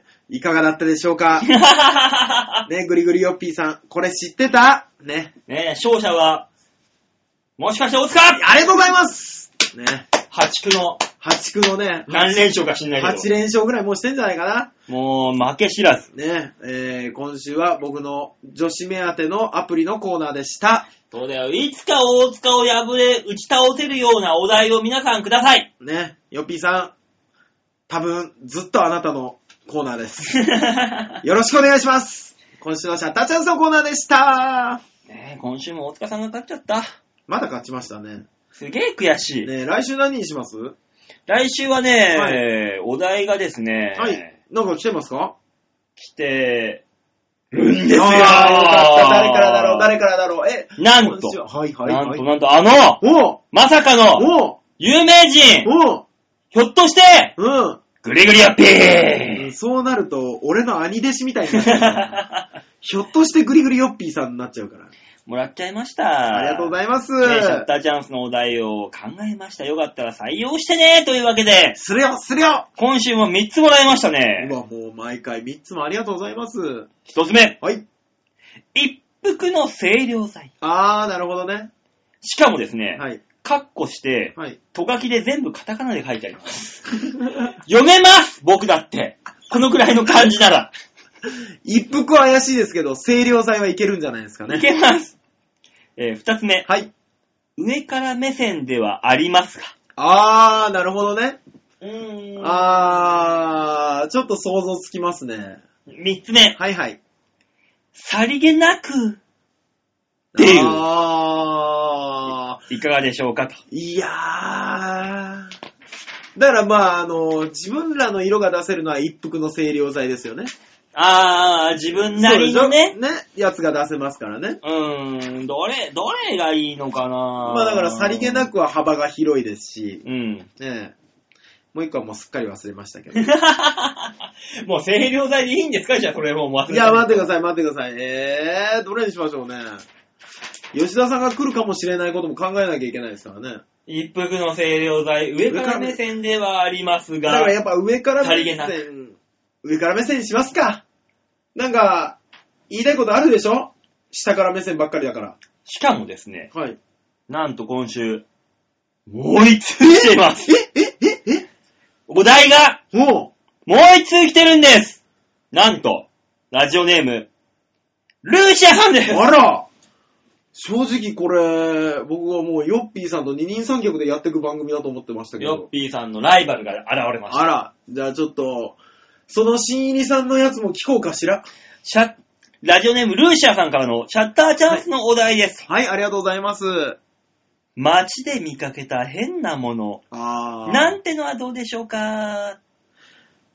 ーいかがだったでしょ
[laughs]
うかね、ぐりぐりよっぴーさん、これ知ってたね。
ねえ、勝者は、もしかして大塚
ありがとうございますね、
破竹の
破竹のね、
何連勝か知んないけ
8連勝ぐらいもうしてんじゃないかな。
ど。もう、負け知らず。
ね、えー今週は僕の女子目当てのアプリのコーナーでした。
そうだよ。いつか大塚を破れ、打ち倒せるようなお題を皆さんください。
ね、よっぴーさん、多分ずっとあなたのコーナーです。よろしくお願いします。今週のシャッターチャンスのコーナーでした。
[laughs] ねえ、今週も大塚さんが勝っちゃった。
まだ勝ちましたね。
すげえ悔しい。
ね来週何にしますは
来週はね、
はい
えーお題がですね、
い。なんか来てますか
来てるんですよ
あーよかった。誰からだろう誰からだろうえ
なんと
こにちははいはい
なん
は
と
い。
なんと、あの、
おう
まさかの、
おう
有名人、
おう
ひょっとして、
うん
グレグリアピ
うん。 [laughs]
ー
そうなると、俺の兄弟子みたいになっちゃ
[laughs]
うから。ひょっとしてグリグリヨッピーさんになっちゃうから。
もらっちゃいました。
ありがとうございます。
ねシャッターチャンスのお題を考えました。よかったら採用してねというわけで、
するよするよ
今週も3つもらいましたね
う。わ、もう毎回3つもありがとうございます。
1つ目、
はい。
一服の清涼剤。
あー、なるほどね。
しかもですね、
はい。
カッコして、
はい。 [laughs]
と書きで全部カタカナで書いてあります。読めます僕だって。このくらいの漢字なら。
一服は怪しいですけど、清涼剤はいけるんじゃないですか
い
ね。
けます。えー二つ目。
はい。
上から目線ではありますが。
あー、なるほどね。
うーん。
あー、ちょっと想像つきますね。
三つ目。
はいはい。
さりげなく。っていう
あー、
いかがでしょうかと。
いやー、だからまあ、あの、自分らの色が出せるのは一服の清涼剤ですよね。
あー、自分なり
そ
の
うでし
ね
ょ。ね、やつが出せますからね。
うーん、どれ、どれがいいのかな
まあだからさりげな
く。
くは幅が広いですし、
うん。
ねえもう一個はもうすっかり忘れましたけど。
もう清涼剤でいいんですかじゃあそれもう忘れ。
いや、待っててください、待ってください。えー、どれにしましょうね。吉田さんが来るかもしれないことも考えなきゃいけないですからね。
一服の清涼剤、上か
上からら
目線ではあります
だから
が、
やっぱ上から
さり
目
げな
線、上から目線にしますか。なんか、言いたいことあるでしょ下から目線ばっかりだから。
しかもですね、
はい。
なんと今週、もう一通来ています。
え、え、え、え、
お題が、
おう
もう一通来てるんですなんと、ラジオネーム、ルーシアさんです
あら正直これ、僕はもうヨッピーさんと二人三脚でやっていく番組だと思ってましたけ
ヨッ
ど。
ピーさんのライバルが現れました。
あら、じゃあちょっと、その新入りさんのやつも聞こうかしら。
シャラジオネームルーシアさんからのシャッターチャンスのお題です。
はい、ありがとうございます。
街で見かけた変なもの、
あー
なんてのはどうでしょうか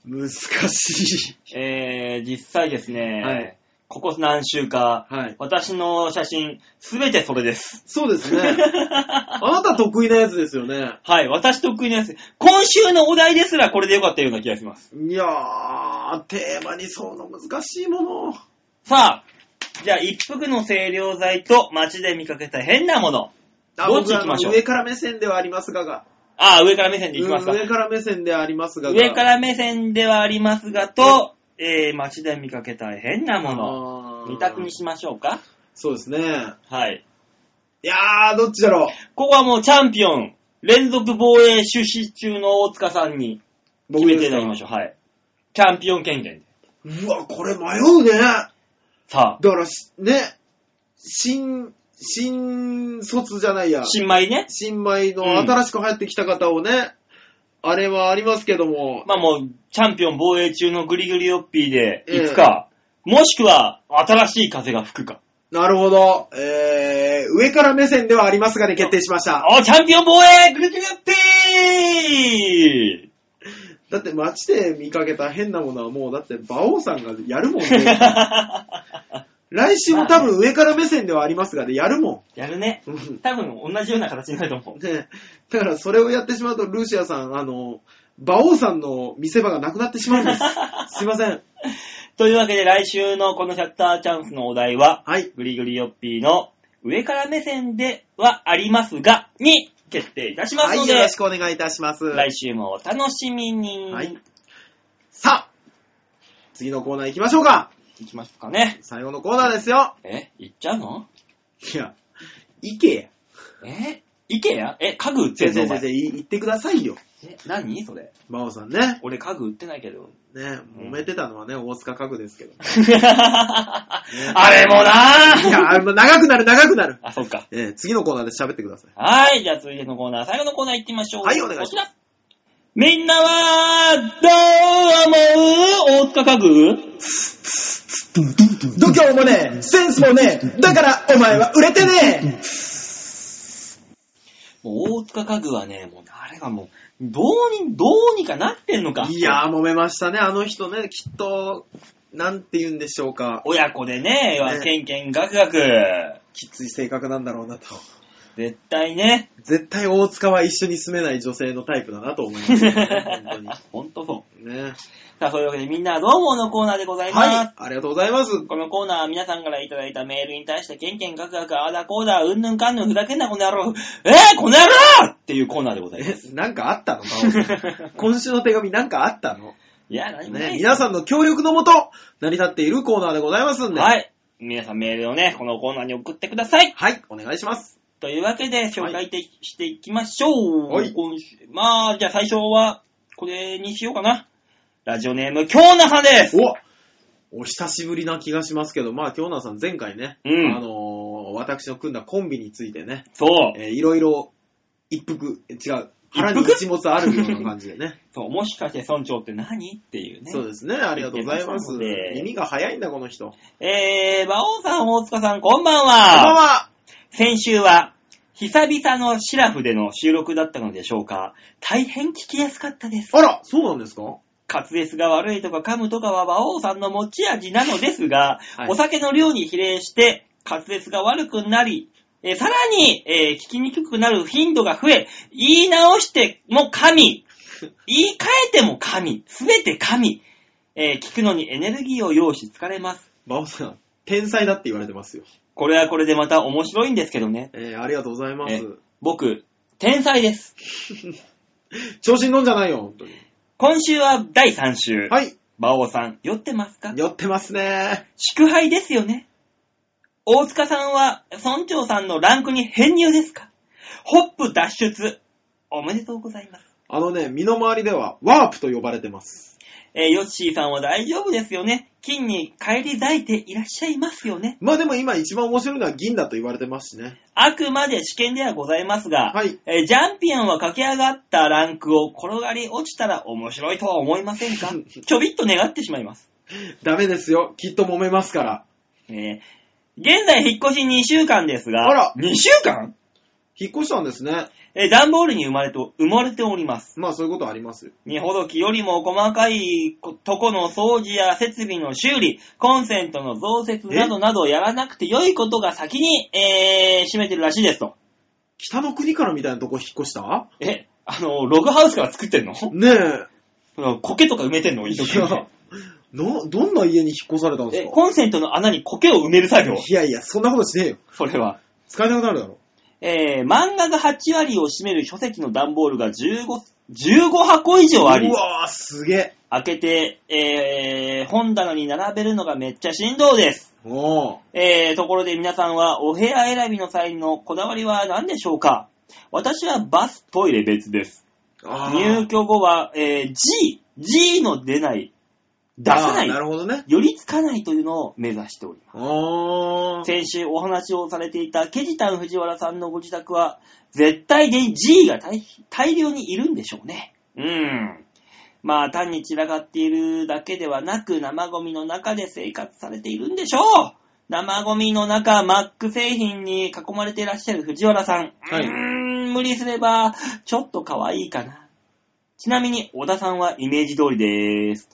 難しい。
えー、実際ですね、
はい
ここ何週か、
[laughs] はい。
私の写真、すべてそれです。
そうですね。 [laughs] あなた得意なやつですよね。
[laughs] はい、私得意なやつ。今週のお題ですらこれでよかったような気がします。
いやー、テーマにその難しいもの。
さあ、じゃあ一服の清涼剤と街で見かけた変なもの。
あ
どっち行きましょう
僕は上から目線ではありますがが。
ああ、上から目線でいきますか。
上から目線ではありますがが。
上から目線ではありますがと、えー、街で見かけた変なもの。
あー
二択にしましょうか。
そうですね。
はい。
いやー、どっちだろう。
ここはもうチャンピオン、連続防衛出資中の大塚さんに決めていただきましょう。はい。チャンピオン権限で。
うわ、これ迷うね。だ
さ
からし、ね、新、新卒じゃないや
あ、。新米ね。
新米の
うん
新しく入ってきた方をね、あれはありますけども、
まあもう、チャンピオン防衛中のグリグリヨッピーで行くか、もしくは、新しい風が吹くか。
なるほど、えー、上から目線ではありますがね、決定しました。
おチャンピオン防衛グリグリヨッピー
だって街で見かけた変なものはもう、だって馬王さんがやるもん [laughs] ね。来週も多分上から目線ではありますがね、やるも
[laughs] やるね。
ん。 [laughs] うん
多分同じような形になると思う。
ね、だからそれをやってしまうと、ルーシアさん、あの、馬王さんの見せ場がなくなってしま [laughs] うんです。すいません。
というわけで来週のこのシャッターチャンスのお題は、
はい。
グリグリヨッピーの上から目線ではありますが、に決定いたしま
は
すの
い、
で、
よろしくお願いいたします。
来週もお楽しみに。
はい。さあ、次のコーナー行きましょうか。
いきますかね。
最後のコーナーですよ。
え、行っちゃうの
いや、行けや。
え、イケアえ、家具売っ
違う
てんのお
違う
前
違うい行ってくださいよ。
え、何それ。
馬王さんね。
俺家具売ってないけ [laughs] ど。
ね、揉めてたのはね、大塚家具ですけど。
あれもない
や、あもう長くなる、長くなる。
あ、そっか。
えー次のコーナーで喋ってください。
はい、じゃあ続いてのコーナー、最後のコーナー行ってみましょう。
はいお願い
こ
し
ちら。みんなは、どう思う大塚家具
度胸もねえ、センスもねえ、だからお前は売れてねえ。
もう大塚家具はね、もうあれがもう、どうに、どうにかなってんのか。
いやー、揉めましたね。あの人ね、きっと、なんて言うんでしょうか。
親子でね、
ね
ケンケンガクガク。
きつい性格なんだろうなと。
絶対ね。
絶対大塚は一緒に住めない女性のタイプだなと思います、 [laughs] ね。
[laughs] ほ
本
んとそ
当に。ね。
う。さあ、そういうわけでみんなはどう思うのコーナーでございます。
はい、ありがとうございます。
このコーナーは皆さんからいただいたメールに対して、ケンケンガクガク、あーだこーだ、うんぬんかんぬん、ふざけんなこの野郎、えー、この野郎っていうコーナーでございま
え
す。、
なんかあったの馬王さん今週の手紙なんかあったの
いや、何もな
ね、
いです
皆さんの協力のもと、成り立っているコーナーでございますんで。い。
はい。皆さんメールをね、このコーナーに送ってください。
はい、お願いします。
というわけで、紹介て、していきましょう。
はい
今週まあ、じゃあ最初は、これにしようかな。ラジオネーム、京奈さんです。
おお久しぶりな気がしますけど、まあ、京奈さん前回ね、
うん
あのー私の組んだコンビについてね、
そう。
えーいろいろ一服、え違う、腹に
一服
一物あるような感じでね。
そう、もしかして村長って何っていう [laughs] ね。
そうですね、ありがとうございます。
言ってましたので
耳が早いんだ、この人。こん
えー、馬王さん、大塚さん、こんばんは。
ばんは
先週は、久々のシラフでの収録だったのでしょうか。大変聞きやすかったです。
あら、そうなんですか
滑舌が悪いとか噛むとかは馬王さんの持ち味なのですが、
はい
お酒の量に比例して滑舌が悪くなり、えーさらに、えー聞きにくくなる頻度が増え、言い直しても噛み、言い換えても噛み、すべて噛み、えー聞くのにエネルギーを要し疲れます。
バオさん、天才だって言われてますよ。
これはこれでまた面白いんですけどね。
えー、ありがとうございま
え
す。
僕、天才です。
調子に乗んじゃないよ、本当に。
今週は第3週。
はい。
馬王さん、酔ってますか
寄ってますね。
祝杯ですよね。大塚さんは村長さんのランクに編入ですかホップ脱出。おめでとうございます。
あのね、身の回りではワープと呼ばれてます。
えーヨッシーさんは大丈夫ですよね。金に帰り咲いていらっしゃいますよね。
まあでも今一番面白いのは銀だと言われてますしね。
あくまで試験ではございますが、
はい。
えージャンピオンは駆け上がったランクを転がり落ちたら面白いとは思いません
[laughs]
かちょびっと願ってしまいます。
ダメですよ。きっと揉めますから。
えー現在引っ越し2週間ですが、
あら
!2 週間
引っ越したんですね。
えー段ボールに生まれと、埋もれております。
まあそういうことありますよ。
荷ほどきよりも細かいことこの掃除や設備の修理、コンセントの増設などなどやらなくて良いことが先に、えー、占めてるらしいですと。
北の国からみたいなとこ引っ越した
え、あの、ログハウスから作ってん [laughs] の
ねえ。
苔とか埋め [laughs] てんの一生懸
の、どんな家に引っ越されたん
命
です
え、
か
コンセントの穴に苔を埋める作業
いやいや、そんなことしねえよ。
それは。
使えなくなるだろ。
えー、漫画が8割を占める書籍の段ボールが15、15箱以上あり
う、わー、すげえ。
開けて、えー、本棚に並べるのがめっちゃ振動です。
おー。
えー、ところで皆さんはお部屋選びの際のこだわりは何でしょうか私はバス、トイレ別です。
あー
入居後は、えー、G、G の出ない、出さな、
あーないるほどね。
寄りつかないというのを目指しておりま
あ
す。先週お話をされていたケジタン藤原さんのご自宅は、絶対に G が大大量にいるんでしょうね。うん。まあ、単に散らかっているだけではなく、生ゴミの中で生活されているんでしょう生ゴミの中、マック製品に囲まれていらっしゃる藤原さん。
はいう
ーん、無理すれば、ちょっと可愛いかな。ちなみに、小田さんはイメージ通りでーす。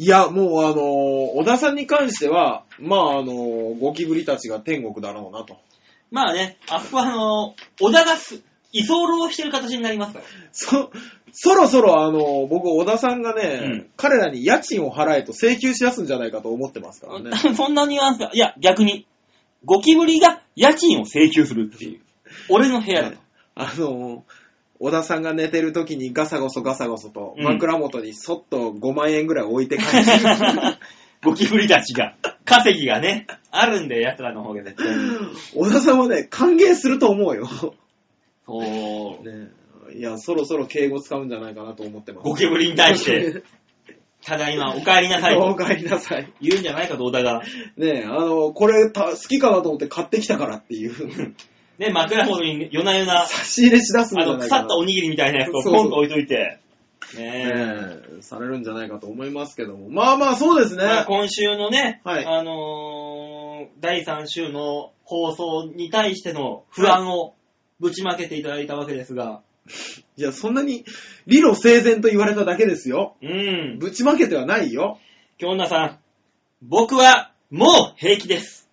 いや、もうあのー小田さんに関しては、まああのーゴキブリたちが天国だろうなと。
まあね、あそこはあの、小田がす居候してる形になりますから。
そ、そろそろあのー僕、小田さんがね、
うん
彼らに家賃を払えと請求しやすんじゃないかと思ってますからね。
[laughs] そんなニュアンスが、いや、逆に、ゴキブリが家賃を請求するっていう。俺の部屋だ
[laughs]
と。
あのー小田さんが寝てる時にガサゴソガサゴソと
うん
枕元にそっと5万円ぐらい置いて帰る。
[laughs] ゴキブリたちが、稼ぎがね、あるんだよ、奴らの方が絶対に。
小田さんはね、歓迎すると思うよ。
そう。
ねいや、そろそろ敬語使うんじゃないかなと思ってます。
ゴキブリに対
[laughs]
して、ただいま、お帰りなさい
お
と
帰りなさい。
言うんじゃないかと、小田が。
ねえ、あの、これた好きかなと思って買ってきたからっていう、
ね、枕元に夜な夜な、あ
差し入れしだすんじゃ
の、
ない
腐
かな。
ったおにぎりみたいなやつを
そうそう
ポンと置いといて。ねえ
ねえ、されるんじゃないかと思いますけども。まあまあ、そうですね。
まあ今週のね、
はい
あのー第3週の放送に対しての不安をぶちまけていただいたわけですが、
いや、そんなに理路整然と言われただけですよ。
うん。
ぶちまけてはないよ。
京奈さん、僕はもう平気です。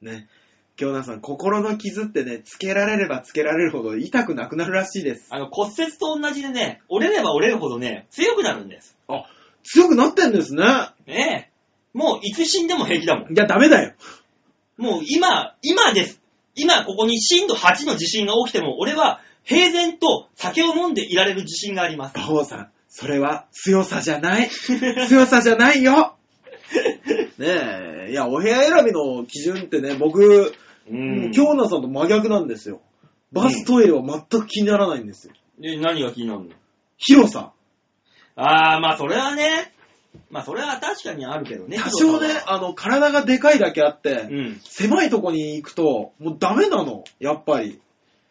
ね。京奈さん、心の傷ってね、つけられればつけられるほど痛くなくなるらしいです。
あの、骨折と同じでね、折れれば折れるほどね、強くなるんです。
強くなってんですね。
ねえ。もういつ死んでも平気だもん。
いや、ダメだよ。
もう今、今です。今ここに震度8の地震が起きても、俺は平然と酒を飲んでいられる自信があります。[laughs]
[laughs] 馬王さん、それは強さじゃない。強さじゃないよ。ねえ、いや、お部屋選びの基準ってね、僕、
う
京奈さんと真逆なんですよ。バストイレは全く気にならないんですよ。
え何が気になるの
広さ。
ああ、まあそれはね、まあそれは確かにあるけどね。
多少ね、あの、体がでかいだけあって、
うん。
狭いとこに行くと、もうダメなの、やっぱり。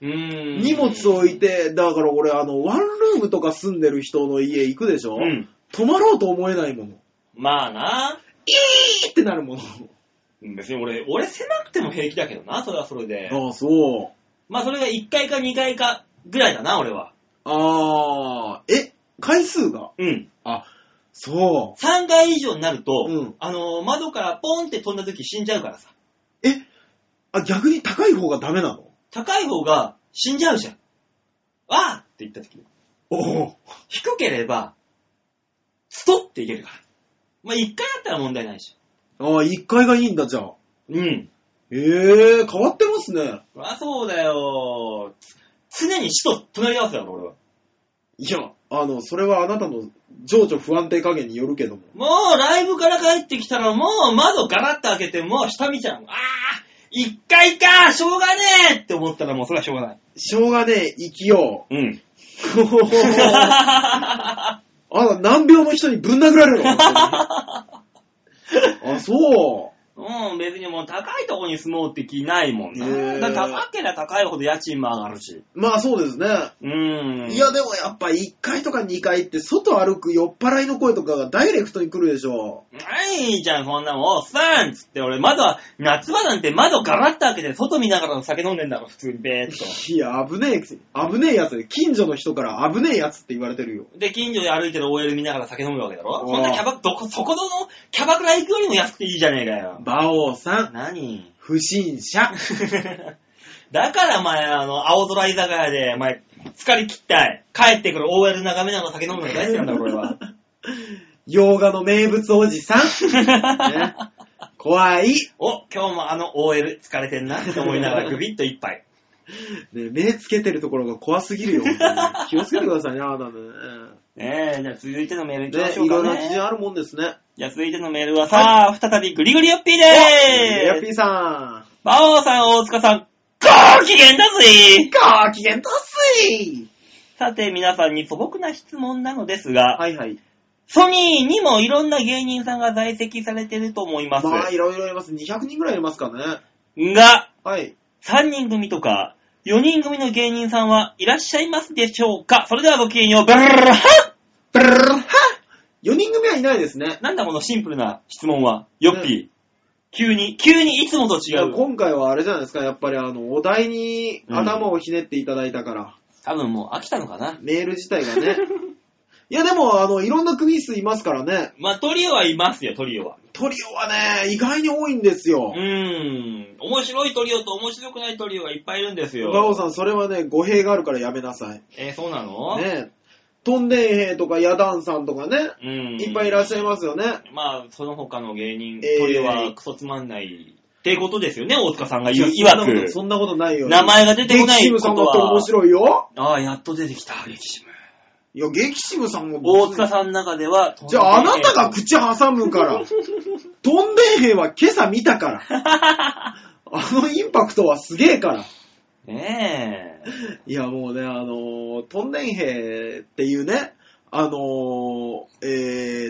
うーん。
荷物置いて、だから俺、あの、ワンルームとか住んでる人の家行くでしょ、
うん。
泊まろうと思えないもの。
まあな。
ピーって [laughs] なるもの。
別に俺、俺狭くても平気だけどな、それはそれで。
ああ、そう。
まあそれが1回か2回かぐらいだな、俺は。
あー、え、回数が
うん。
あ、そ
3回以上になると、
うん
あのー、窓からポンって飛んだ時死んじゃうからさ。
う。え、あ、逆に高い方がダメなの
高い方が死んじゃうじゃん。わーって言った時。
おお。
低ければ、ストっていけるから。まあ1回だったら問題ないでし
ああ、1階がいいんだ、じゃあ。
ょ。うん。
ええー、変わってますね。
そりゃそうだよつ常に死と隣り合わせだろ、俺は。
いや、あの、それはあなたの情緒不安定加減によるけども。
もうライブから帰ってきたらもう窓ガラッと開けてもう下見ちゃう。あー一回かしょうがねえって思ったらもうそれはしょうがない。
しょうがねえ、生きよ
うん。
う。 [laughs] あら、難病の人にぶん殴られる [laughs] のあ、そ
うん、別にもう高いとこに住もうって気ないもん
へー
な。だから高ければ高いほど家賃も上がるし。
う。まあそうですね。
うん。
いや、でもやっぱ1階とか2階って外歩く酔っ払いの声とかがダイレクトに来るでしょ。
ないじゃん、こんなもん。おっさんっつって、俺、窓は、夏場なんて窓ガラッと開けて、外見ながら酒飲んでんだろ、普通に、べーっと。
いや、危ねえくせに、危ねえやつで、近所の人から危ねえやつって言われてるよ。
で、近所で歩いてる OL 見ながら酒飲むわけだろ
うん
こんなキャバ、どこ、そこのキャバクラ行くよりも安くていいじゃねえかよ。
馬王さん、
何
不審者。
[laughs]
[laughs]
だから前、あの、青空居酒屋で、前、疲れ切ったい。帰ってくる OL 眺めながら酒飲むのが大好きなんだろ、俺 [laughs] は。
洋画の名物おじさん。ね、怖い、
[laughs] お、今日もあの OL 疲れてんなって思いながらグビッと一杯。
ね。目つけてるところが怖すぎるよ。本当に気をつけてくださいね、あなたね。
ねえ、じゃあ続いてのメールい
ね、い
きましょうか
ろい
ね。
ろ基準あるもんですね。
じゃあ続いてのメールはさあ、再びグリグリよっぴー
えや
で
っぴ
ーす。
ーさん。
バオさん、大塚さん、ご機嫌だぜ
ご機嫌とっすい
さて、皆さんに素朴な質問なのですが、
はいはい。
ソニーにもいろんな芸人さんが在籍されてると思います。
まあ、いろいろいます。200人ぐらいいますからね。
が、
はい。
3人組とか、4人組の芸人さんはいらっしゃいますでしょうかそれではごきげんよう、ブルルルルは
ブルルルは !4 人組はいないですね。
なんだこのシンプルな質問は、よっぴー、急に、急にいつもと違う。
今回はあれじゃないですか、やっぱりあの、お題に頭をひねっていただいたから、
多分もう飽きたのかな。
メール自体がね。いやでも、あの、いろんな組数いますからね。
まあ、トリオはいますよ、トリオは。
トリオはね、意外に多いんです
う
よ。
ーん。面白いトリオと面白くないトリオがいっぱいいるんです
馬王
よ。
さん、それはね、語弊があるからやめなさい。
えーそうなの、
ねトンデンヘイとかヤダンさんとかね、
うん。
いっぱいいらっしゃ
い
いますよね。
まあ、その他の芸人、
えー
トリオはクソつまんない。ってことですよね、大塚さんが言う、いわく。
そんなことないよ。
名前が出てこない
ゲキシ
こ
ムさん
と
だって面
は。
白いよ。
ああ、やっと出てきた、激しむ。
いや、ゲキシムさんも。
大塚さんの中では、
じゃあ、あなたが口挟
[laughs]
むから。トンデンヘイは今朝見たから。あのインパクトはすげえから。
ねえ。
いや、もうね、あのートンデンヘイっていうね、あのーえ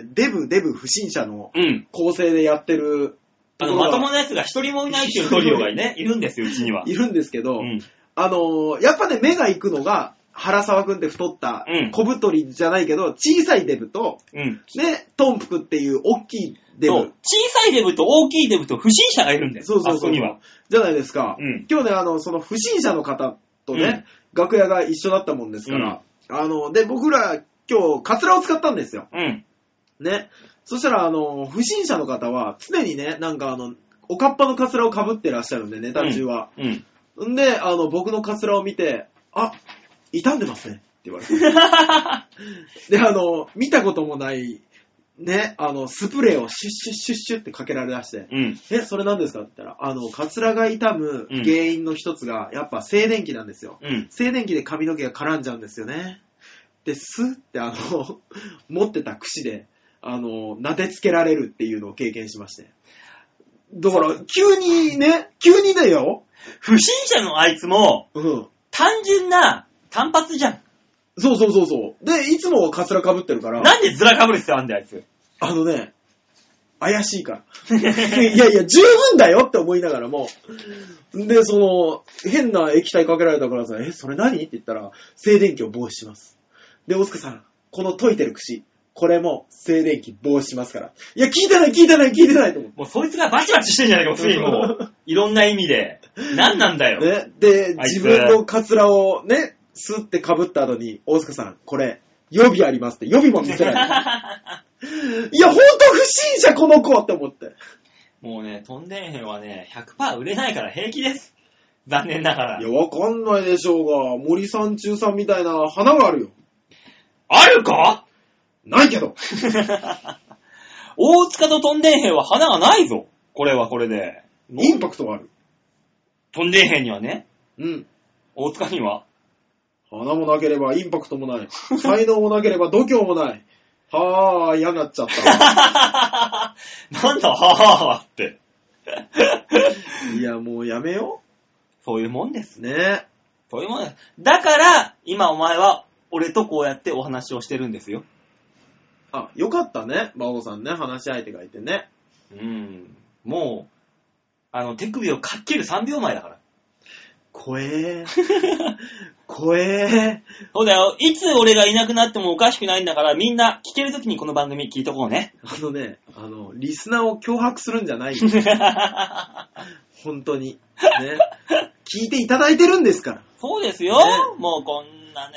ー、デブ、デブ不審者の
うん。
構成でやってる
あ
と
の、
ころ
まとも
が
なやつが一人もいないっていうトリオが
[laughs]
ね、いるんですよ、うちには。
いるんですけど、
うん。
あのーやっぱね、目が行くのが、原沢くんって太った
うん、
小太りじゃないけど、小さいデブと、
うん。
ね、トンプクっていう大きいデ
そう
ブ
小。さいデブと大きいデブと不審者がいるんです。
そうそう
あそ
そ
こ
う
には。。
じゃないですか。
うん
今日ね、あの、その不審者の方とね、楽屋が一緒だったもんですから、あの、で、僕ら今日、カツラを使ったんですよ。
うん。
ね。そしたら、あの、不審者の方は、常にね、なんかあの、おかっぱのカツラをかぶってらっしゃるんで、ネタ中は。
うん。
んで、あの、僕のカツラを見て、あ、傷んでますね、って言わ
[laughs]
れて。で、あの、見たこともない、ね、あの、スプレーをシュッシュッシュッシュッってかけられだして、
うん。
え、それ何ですかって言ったら、あの、カツラが傷む
うん
原因の一つが、やっぱ静電気なんですよ。
うん。
静電気で髪の毛が絡んじゃうんですよね。で、スッってあの、 [laughs] 持ってた櫛で、あの、撫でつけられるっていうのを経験しまして。だから、急にね、急にだよ。
不審者のあいつも、
うん。
単純な単発じゃん。
そうそうそうそう。で、いつもはカツラ被ってるから、
なんでずらかぶる必要あんだよ、あいつ。
あのね、怪しいから。 [laughs] いやいや、十分だよって思いながらも。で、その、変な液体かけられたからさ、え、それ何って言ったら、静電気を防止します。で、大塚さん、この溶いてる櫛、これも静電気防止しますから。いや、聞いてない、聞いてない、聞いてないと思って。
もうそいつがバチバチしてんじゃないか、もうすでにも [laughs] う。いろんな意味で。何なんだよ。
ね、で、
あいつ
自分のカツラをね、スって被った後に、大塚さん、これ、予備ありますって、予備も見
[laughs]
せない。いや、ほんと不審者、この子って思って。
もうね、飛んでんへんはね、100%売れないから平気です。残念ながら
いや、。わかんないでしょうが、森さん中さんみたいな花があるよ。
あるか
ないけど。
[laughs] 大塚と飛んでんへんは花がないぞ。これはこれで。
インパクトがある。
飛んでんへんにはね、
うん。
大塚には。 [laughs]
花もなければインパクトもない。才能もなければ度胸もない。はぁ、嫌になっち
[laughs]
ゃった。
なんだ、はぁはぁって。 [laughs]
いや、もうやめよ
そういうもんです。
う。ね
そういうもんです。だから、今お前は、俺とこうやってお話をしてるんですよ。
あ、よかったね。馬王さんね、話し相手がいてね。
うん。もう、あの、手首をかっける3秒前だから。
怖えー。 [laughs] 怖え
そうだよ。いつ俺がいなくなってもおかしくないんだから、みんな聞けるときにこの番組聞いとこう
[laughs]
ね。
ー。あのね、あの、リスナーを脅迫するんじゃ [laughs] ないよ。本当に。ね。聞いていただいてるんですから。
そうですよ。
ね
もうこんな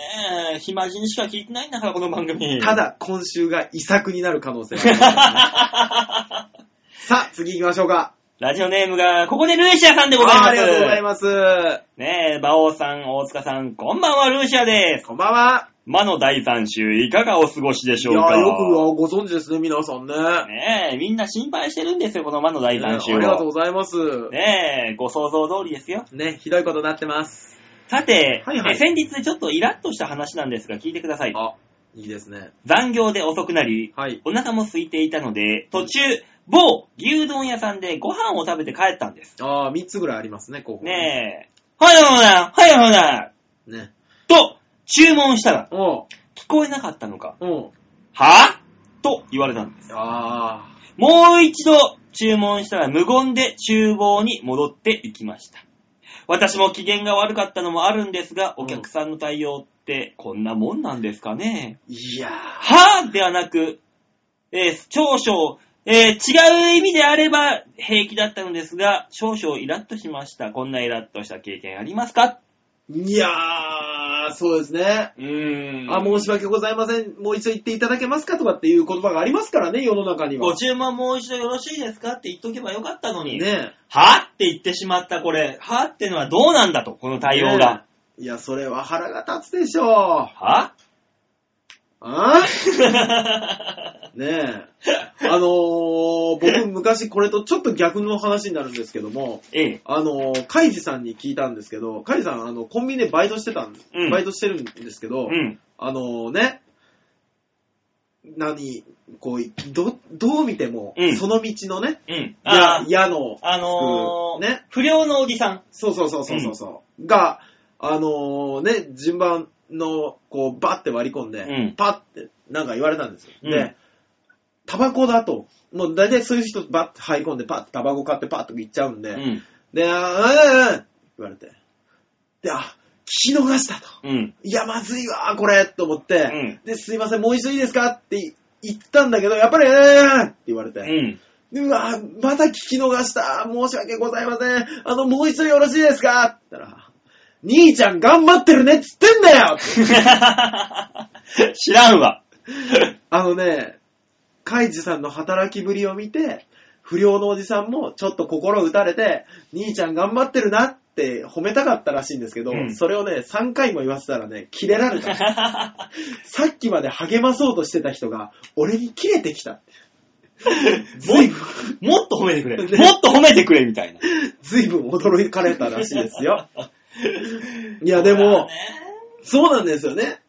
ね、暇人しか聞いてないんだから、この番組。
た。だ、今週が遺作になる可能性があり [laughs] ます、さあ、次行きましょうか。
ラジオネームが、ここでルーシアさんでございます。
あーありがとうございます。
ねえ、馬王さん、大塚さん、こんばんは、ルーシアです。
こんばんは。
魔の第3週、いかがお過ごしで
い
し
や
ょうか
ーよくはご存知ですね、皆さんね。
ねえ、みんな心配してるんですよ、この魔の第
ねあ
3週
りがとう
を。
ございます。
ねえ、ご想像通りですよ。
ね、ひどいことになってます。
さて、
はいはい
え先日ちょっとイラッとした話なんですが、聞いてください。
あ、いいですね。
残業で遅くなり、
はい。
お腹も空いていたので、途中、某牛丼屋さんでご飯を食べて帰ったんです。
ああ、3つぐらいありますね、ここ。
ねえ、はいほな、はいほな、
ね。
と、注文したら、
おう、
聞こえなかったのか、
おう。
はぁと言われたんです。
あ
もう一度注文したら無言で厨房に戻っていきました。私も機嫌が悪かったのもあるんですが、
うん
お客さんの対応ってこんなもんなんですかね。
ーいや
はぁではなく、えー少々、えー違う意味であれば平気だったのですが、少々イラッとしました。こんなイラッとした経験ありますか
ー。いやー、そうですね。
うー
あ、申し訳ございません。もう一度言っていただけますかとかっていう言葉がありますからね、世の中には。
ご注文もう一度よろしいですかって言っとけばよかったのに。
ね
はぁって言ってしまったこれ、はぁってのはどうなんだと、この対応が。
ねいや、それは腹が立つでしょう。 [laughs]
は
あーね
[laughs]
え。あのー、僕昔これとちょっと逆の話になるんですけども、
ええ。
あのー、カイジさんに聞いたんですけど、カイジさん、あの、コンビニでバイトしてたんです、
うん
バイトしてるんですけど、
うん。
あのーね、何、こう、ど、どう見ても、
うん
その道のね、
うん。
や
あ、ー
矢の、
あのー
ね
不良のおじさん。
そうそうそうそうそうそう、が、あのーね、順番の、こう、バッて割り込んで、
うん
パッて、なんか言われたんですよ。
うん
で、タバコだと、もう大体そういう人バッて入り込んで、パッてタバコ買ってパッと行っちゃうんで、
うん。
で、あーうんうん言われて。で、あ、聞き逃したと。
うん。
いや、まずいわ、これ、と思って、
うん
で、すいません、もう一度いいですかって言ったんだけど、やっぱり、うんうんうんって言われて、
[laughs] うん。
でうわ、また聞き逃した。申し訳ございません。あの、もう一度よろしいですかって言ったら、兄ちゃん頑張ってるねっつってんだよって
知らん
[laughs]
わ。
あのね、カイジさんの働きぶりを見て、不良のおじさんもちょっと心打たれて、兄ちゃん頑張ってるなって褒めたかったらしいんですけど、
うん
それをね、3回も言わせたらね、キレられた。さっきまで励まそうとしてた人が、俺にキレてきた。ずいぶん
もっと褒めてくれ。
ね
もっと褒めてくれ、みたいな。
ずいぶん驚かれたらしいです [laughs] よ。いや、でも、そうなんですよね。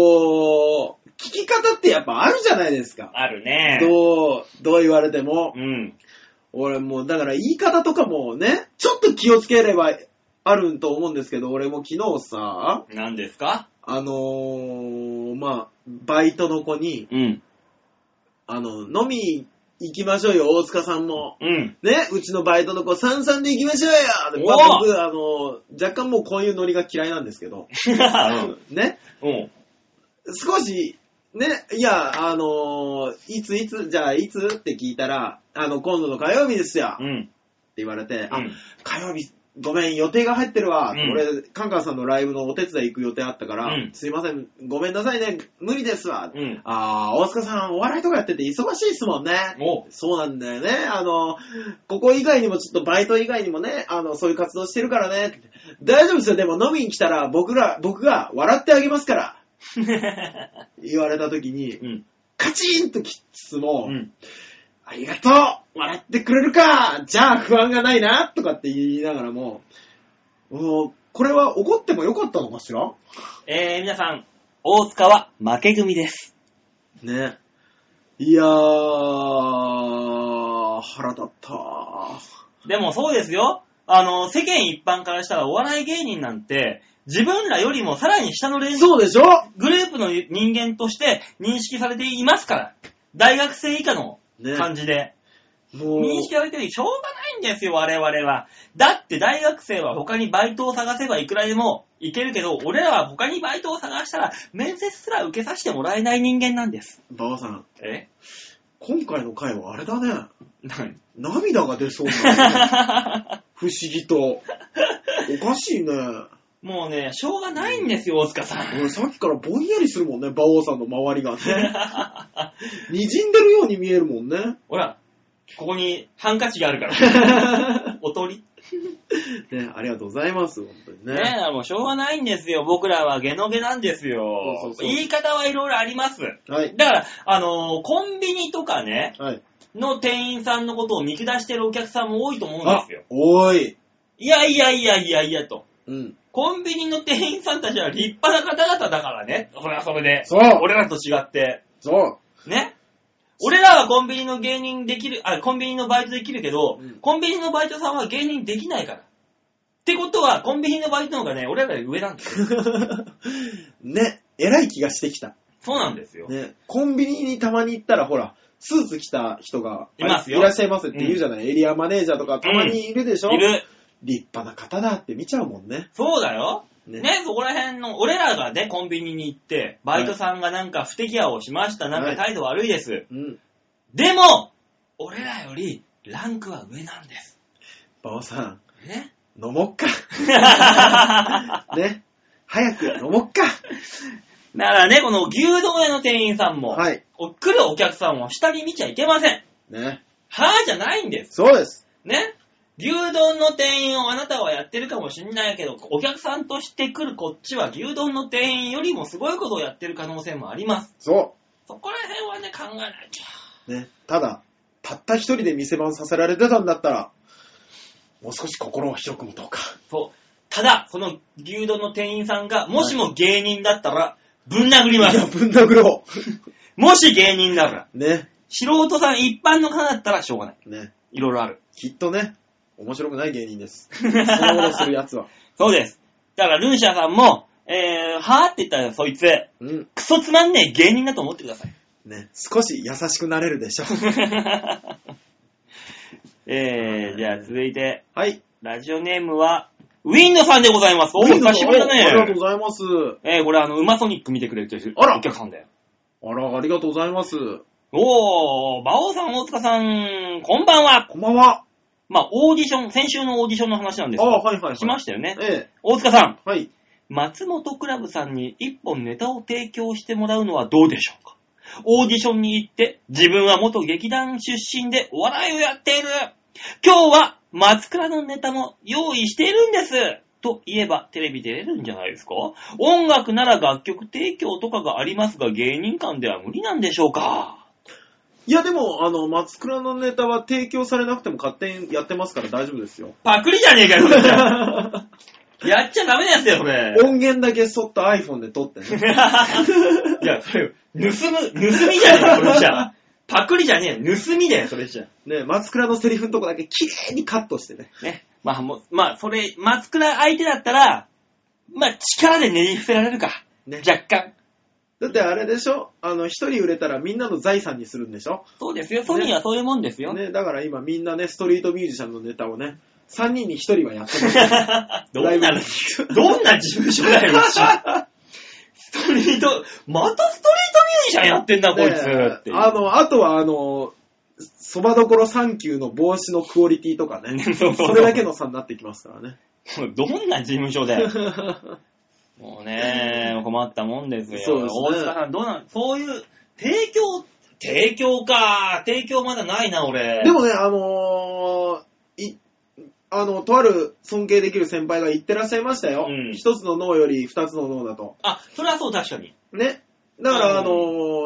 こう、聞き方ってやっぱあるじゃないですか。
あるね。
どう、どう言われても
う。ん。
俺もう、だから言い方とかもね、ちょっと気をつければあると思うんですけど、俺も昨日さ、
何ですか
あのー、まあ、バイトの子に、
うん。
あの、飲み行きましょうよ、大塚さんも。
うん。
ね、うちのバイトの子、三々で行きましょうよで
おー
まあ僕、あの、若
[laughs]
干もうこういうノリが嫌いなんですけど、ね、
うん。
少し、ね、いや、あのーいついつ、じゃあいつって聞いたら、あの、今度の火曜日ですよ、
う
って
ん。
言われて、
う
あ、
ん
火曜日、ごめん、予定が入ってるわ。
うん
俺、カンカンさんのライブのお手伝い行く予定あったから、
うん
すいません、ごめんなさいね、無理ですわ。
うん。
あー、大塚さん、お笑いとかやってて忙しいっすもんね。 [laughs]
お
そうなんだよね。あの、ここ以外にもちょっとバイト以外にもね、あの、そういう活動してるからね。大丈夫ですよ。でも飲みに来たら僕ら、僕が笑ってあげますから。言われた時に、
うん。
カチンときつつも、
うん。
ありがとう笑ってくれるかじゃあ不安がないなとかって言いながらも、うんこれは怒ってもよかったのかしら
えー、皆さん、大塚は負け組です。
ね。いやー、腹立った。
でもそうですよ。あの、世間一般からしたらお笑い芸人なんて、自分らよりもさらに下のレンジ
そうでしょ
グループの人間として認識されていますから。大学生以下の
ね。
感じで。
もう、
認識されてるしょうがないんですよ、我々は。だって大学生は他にバイトを探せばいくらでもいけるけど、俺らは他にバイトを探したら、面接すら受けさせてもらえない人間なんです。
馬場さん、
え
今回の回はあれだね。
何
涙が出そうな、ね。
[laughs]
不思議と。おかしいね。
もうね、しょうがないんですよ、大塚さん。
俺さっきからぼんやりするもんね、馬王さんの周り
[laughs]
がね。滲んでるように見えるもんね。
ほら、ここにハンカチがある
[laughs]
から。おとり。
ね、ありがとうございます、本当にね。
ねえ、もうしょうがないんですよ。僕らはゲノゲなんですよ。
そうそうそう
言い方はいろいろあります。
はい。
だから、あのーコンビニとかね、
はい。
の店員さんのことを見下してるお客さんも多いと思うんで
あ
すよ。、
おーい。
いやいやいやいやいやと。
うん。
コンビニの店員さんたちは立派な方々だからね。それはそれで。
そう
俺らと違って。
そう。 [laughs]
ね。俺らはコンビニの芸人できる、あ、コンビニのバイトできるけど、
うん
コンビニのバイトさんは芸人できないから。ってことは、コンビニのバイトの方がね、俺らより上なんですよ。
ね、偉い気がしてきた。
そうなんですよ。
ね、コンビニにたまに行ったら、ほら、スーツ着た人が
いますよ
いらっしゃいますって言うじゃない、エリアマネージャーとかたまにいるでしょ、
いる。
立派な方だって見ちゃうもんね。
そうだよ。
ね
ね、そこら辺の、俺らがね、コンビニに行って、バイトさんがなんか不適合をしました、なん
は
か
い
態度悪いです。
うん。
でも、俺らより、ランクは上なんです。
馬王さん、 [laughs]
ね。
飲もっか。ね。早く飲もっか。
だからね、この牛丼屋の店員さんも、
はい。
お来るお客さんを下に見ちゃいけません。
ね。
はぁじゃないんです。
そうです。
ね。牛丼の店員をあなたはやってるかもしんないけど、お客さんとして来るこっちは牛丼の店員よりもすごいことをやってる可能性もあります。
そ
そこら辺はね、考えなきゃ。
う。ね。ただ、たった一人で店番させられてたんだったら、もう少し心を広く持とうか。
そう。ただ、その牛丼の店員さんが、もしも芸人だったら、ぶん殴りま
いや、
す。
ぶん殴ろ
もし芸人だから。
う。ね。
素人さん一般の方だったらしょうがない。
ね。
いろいろある。
きっとね、面白くない芸人です。そんなことするやつは。
[laughs] そうです。だから、ルンシャさんも、えー、はぁって言ったらそいつ、
[laughs] うん。
クソつまんねえ芸人だと思ってください。
ね。少し優しくなれる [laughs] でしょ。
[laughs] えー、じゃあ続いて、
はい。
ラジオネームは、ウィンドさんでございます。お、久しぶりだ
ありがとう
ね。
ございます。
えー、これあの、ウマソニック見てくれてる
あら
お客さんだよ。
あら、ありがとうございます。
おー、馬王さん、大塚さん、こんばんは。
こんばんは。
まあ、オーディション、先週のオーディションの話なんです
あ
けど、
はいはいはい
しましたよね。
え
大塚さん、
え。はい。
松本クラブさんに一本ネタを提供してもらうのはどうでしょうかオーディションに行って、自分は元劇団出身でお笑いをやっている今日は松倉のネタも用意しているんですと言えばテレビ出れるんじゃないですか音楽なら楽曲提供とかがありますが芸人間では無理なんでしょうか
いや、でも、あの、松倉のネタは提供されなくても勝手にやってますから大丈夫で
[laughs]
すよ。
[laughs] パクリじゃねえかよ、それじゃやっちゃダメなやつだよ、それ。
音源だけそっと iPhone で撮ってね。
いや、それ、盗む、盗みじゃねえよ、それじゃ。パクリじゃねえよ、盗みだよ、それじゃ。
ね、松倉のセリフのとこだけ綺麗にカットしてね。
ね。まあ、もう、まあ、それ、松倉相手だったら、まあ、力で練り伏せられるか。
ね
若干。
だってあれでしょあの、一人売れたらみんなの財産にするんでしょ
そうですよ、ソニーはそういうもんですよ。 [laughs]
ね、だから今みんなね、ストリートミュージシャンのネタをね、3人に1人はやってます。
どんな
ライブ
どんな事務所だよ、うちすストリート、またストリートミュージシャンやってんだ、こいつっていう。
あの、あとはあの、そばどころ3級の帽子のクオリティとかね。
[laughs] そう
それだけの差になってきま
[laughs]
すからね。
も [laughs] うどんな事務所だよ。もうね、困ったもんですよ。
そうですね
大塚さん、どうなん、そういう、提供、提供か。提供まだないな、俺。
でもね、あのーい、あの、とある尊敬できる先輩が言ってらっしゃいましたよ
うん。
一、つの脳より二つの脳だと。
あ、それはそう、確かに。
ね。だから、
う
あ
ん
の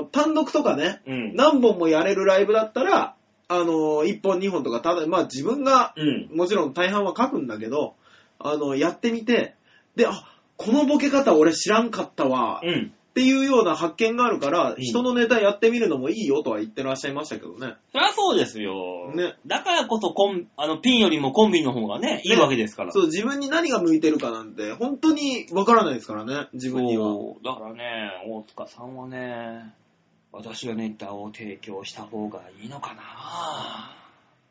ー単独とかね、
うん。
何本もやれるライブだったら、あのー、一本二本とか、ただ、まあ自分が、
うん。
もちろん大半は書くんだけど、あの、やってみて、で、あ、このボケ方俺知らんかったわ、っ
うん。
ていうような発見があるから、
ん
人のネタやってみるのもいいよとは言ってらっしゃいましたけどね。
そりゃそうですよ。
ね
だからこそコン、あの、ピンよりもコンビの方がね、いいわけですから。
そう、自分に何が向いてるかなんて、本当にわからないですからね、自分には。
そうだからね、大塚さんはね、私がネタを提供した方がいいのかな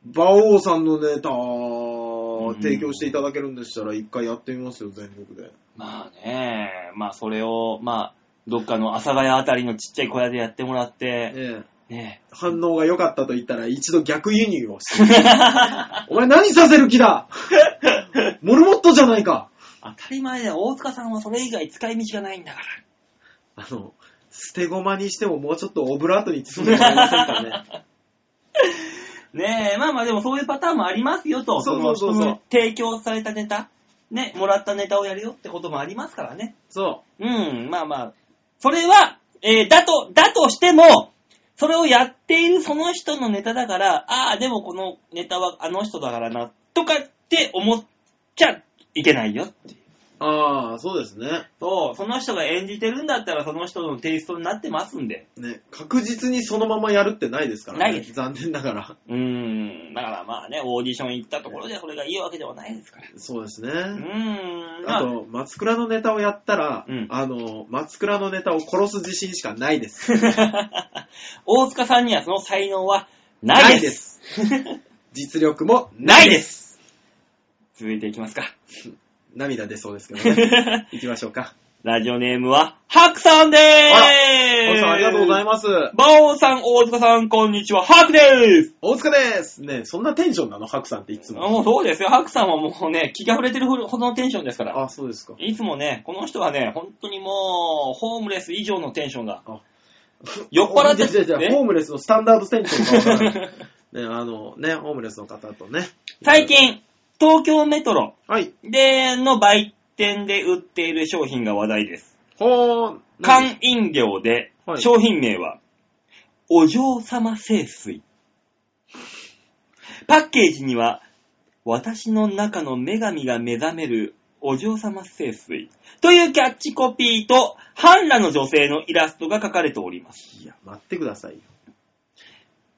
馬王さんのネタ
うん
提供していただけるんでしたら、一回やってみますよ、全国で。
まあね、まあそれを、まあ、どっかの阿佐ヶ谷あたりのちっちゃい小屋でやってもらって、
ええ
ね。
反応が良かったと言ったら、一度逆輸入を [laughs] して。お前何させる気 [laughs] だモルモットじゃないか
当たり前だよ、大塚さんはそれ以外使い道がないんだか
あの、捨て駒にしてももうちょっとオブラートに包んでもらえませんかね。
ら。ねえ、まあまあでもそういうパターンもありますよと、
そうそうそうそう
の人の提供されたネタ、ね、もらったネタをやるよってこともありますからね。
[laughs] そ
うん、まあまあ。それは、えーだと、だとしても、それをやっているその人のネタだから、ああ、でもこのネタはあの人だからな、とかって思っちゃいけないよっていう。
う。ああ、そうですね。
そう、その人が演じてるんだったらその人のテイストになってますんで。
ね、確実にそのままやるってないですからね。
ないです
残念ながら。
うーん、だからまあね、オーディション行ったところでそれがいいわけではないですから。
そうですね。
うーん、ま
あ
あ、
と、松倉のネタをやったら、
うん
あの、松倉のネタを殺す自信しかないです。
大塚さんにはその才能は [laughs] ないです。
す。実力も
な
ないい
で。
です
続いていき [laughs] ますか。
涙出そうですけ
[laughs]
どね。行きましょうか。
ラジオネームは、ハクさんでーす
大塚さんありがとうござい
ま
ます。
す。バオさん、大塚さん、こんにちは、ハクでーす
大塚です。ねそんなテンションなのハクさんっていつも。
もうそうですよ、ハクさんはもうね、気が触れてるほどのテンションですから。
あ、そうですか。
いつもね、この人はね、本当にもう、ホームレス以上のテンションが
あ。
酔っ払って
違う違う違う
え
ホームレスのスタンダードテンションがわから
[laughs]
ないね、あの、ね、ホームレスの方とね。
最。近、東京メトロ
はい。
で、の売店で売っている商品が話題です。
ほー。
缶飲料で、
はい
商品名は、お嬢様清水。パッケージには、私の中の女神が目覚めるお嬢様清水というキャッチコピーと、半裸の女性のイラストが書かれております。
いや、待ってくださいよ。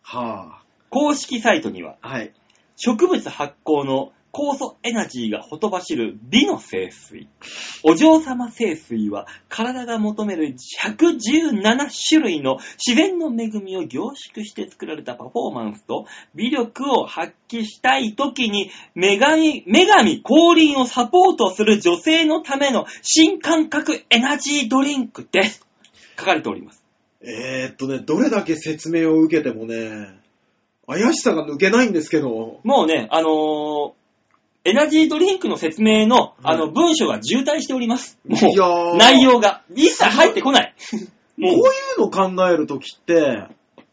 は
公式サイトには、
ぁ。はい。
植物発酵の酵素エナジーがほとばしる美の清水。お嬢様清水は体が求める117種類の自然の恵みを凝縮して作られたパフォーマンスと美力を発揮したい時に女神、女神降臨をサポートする女性のための新感覚エナジードリンクです。書かれております。
えー、っとね、どれだけ説明を受けてもね、怪しさが抜けないんですけど、
もうね、あのーエナジードリンクの説明の、あの、文章が渋滞しております。も
いやー
う、内容が。一切入ってこない。 [laughs] も
こういう
う、
の考えるときって、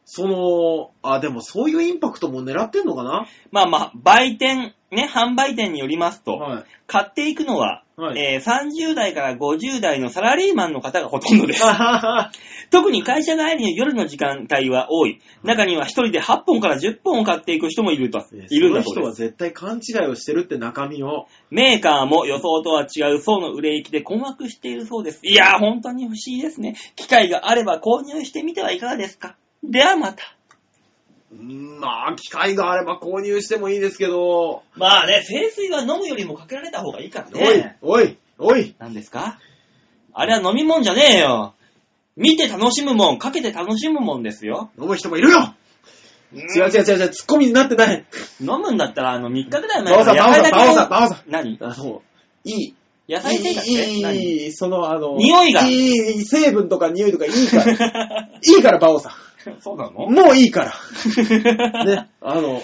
その、あ、でもそういうインパクトも狙ってんのかな
まあまあ、売店、ね、販売店によりますと、
は
買っていくのは、
い。はい。
えー30代から50代のサラリーマンの方がほとん
[laughs]
どです。特に会社帰りの夜の時間帯は多い。中には一人で8本から10本を買っていく人もいると、いるんだそうで
その人は
す。
絶対勘違いをしてるって中身を。
メーカーも予想とは違う層の売れ行きで困惑しているそうです。いやー、本当に不思議ですね。機会があれば購入してみてはいかがですかではまた。
うんまあ、機会があれば購入してもいいですけど、
まあね、清水は飲むよりもかけられた方がいいから
おい
ね。、
おい、おい、
何ですかあれは飲み物じゃねえよ。見て楽しむもん、かけて楽しむもんですよ。
飲む人もいるよ違う違う違う違う、ツッコミになってない。
飲むんだったら、あの、3日ぐらい前
バオさん、バオさん、バオさん、
何
あの、いい
野菜生活
いい、
何
いい、その、あの、
匂いが
いい、成分とか匂いとかいい
[laughs]
から。いいから、バオさ
[laughs] そうなの [laughs]
ん。もういいから。
ね。 [laughs]
ね、あの、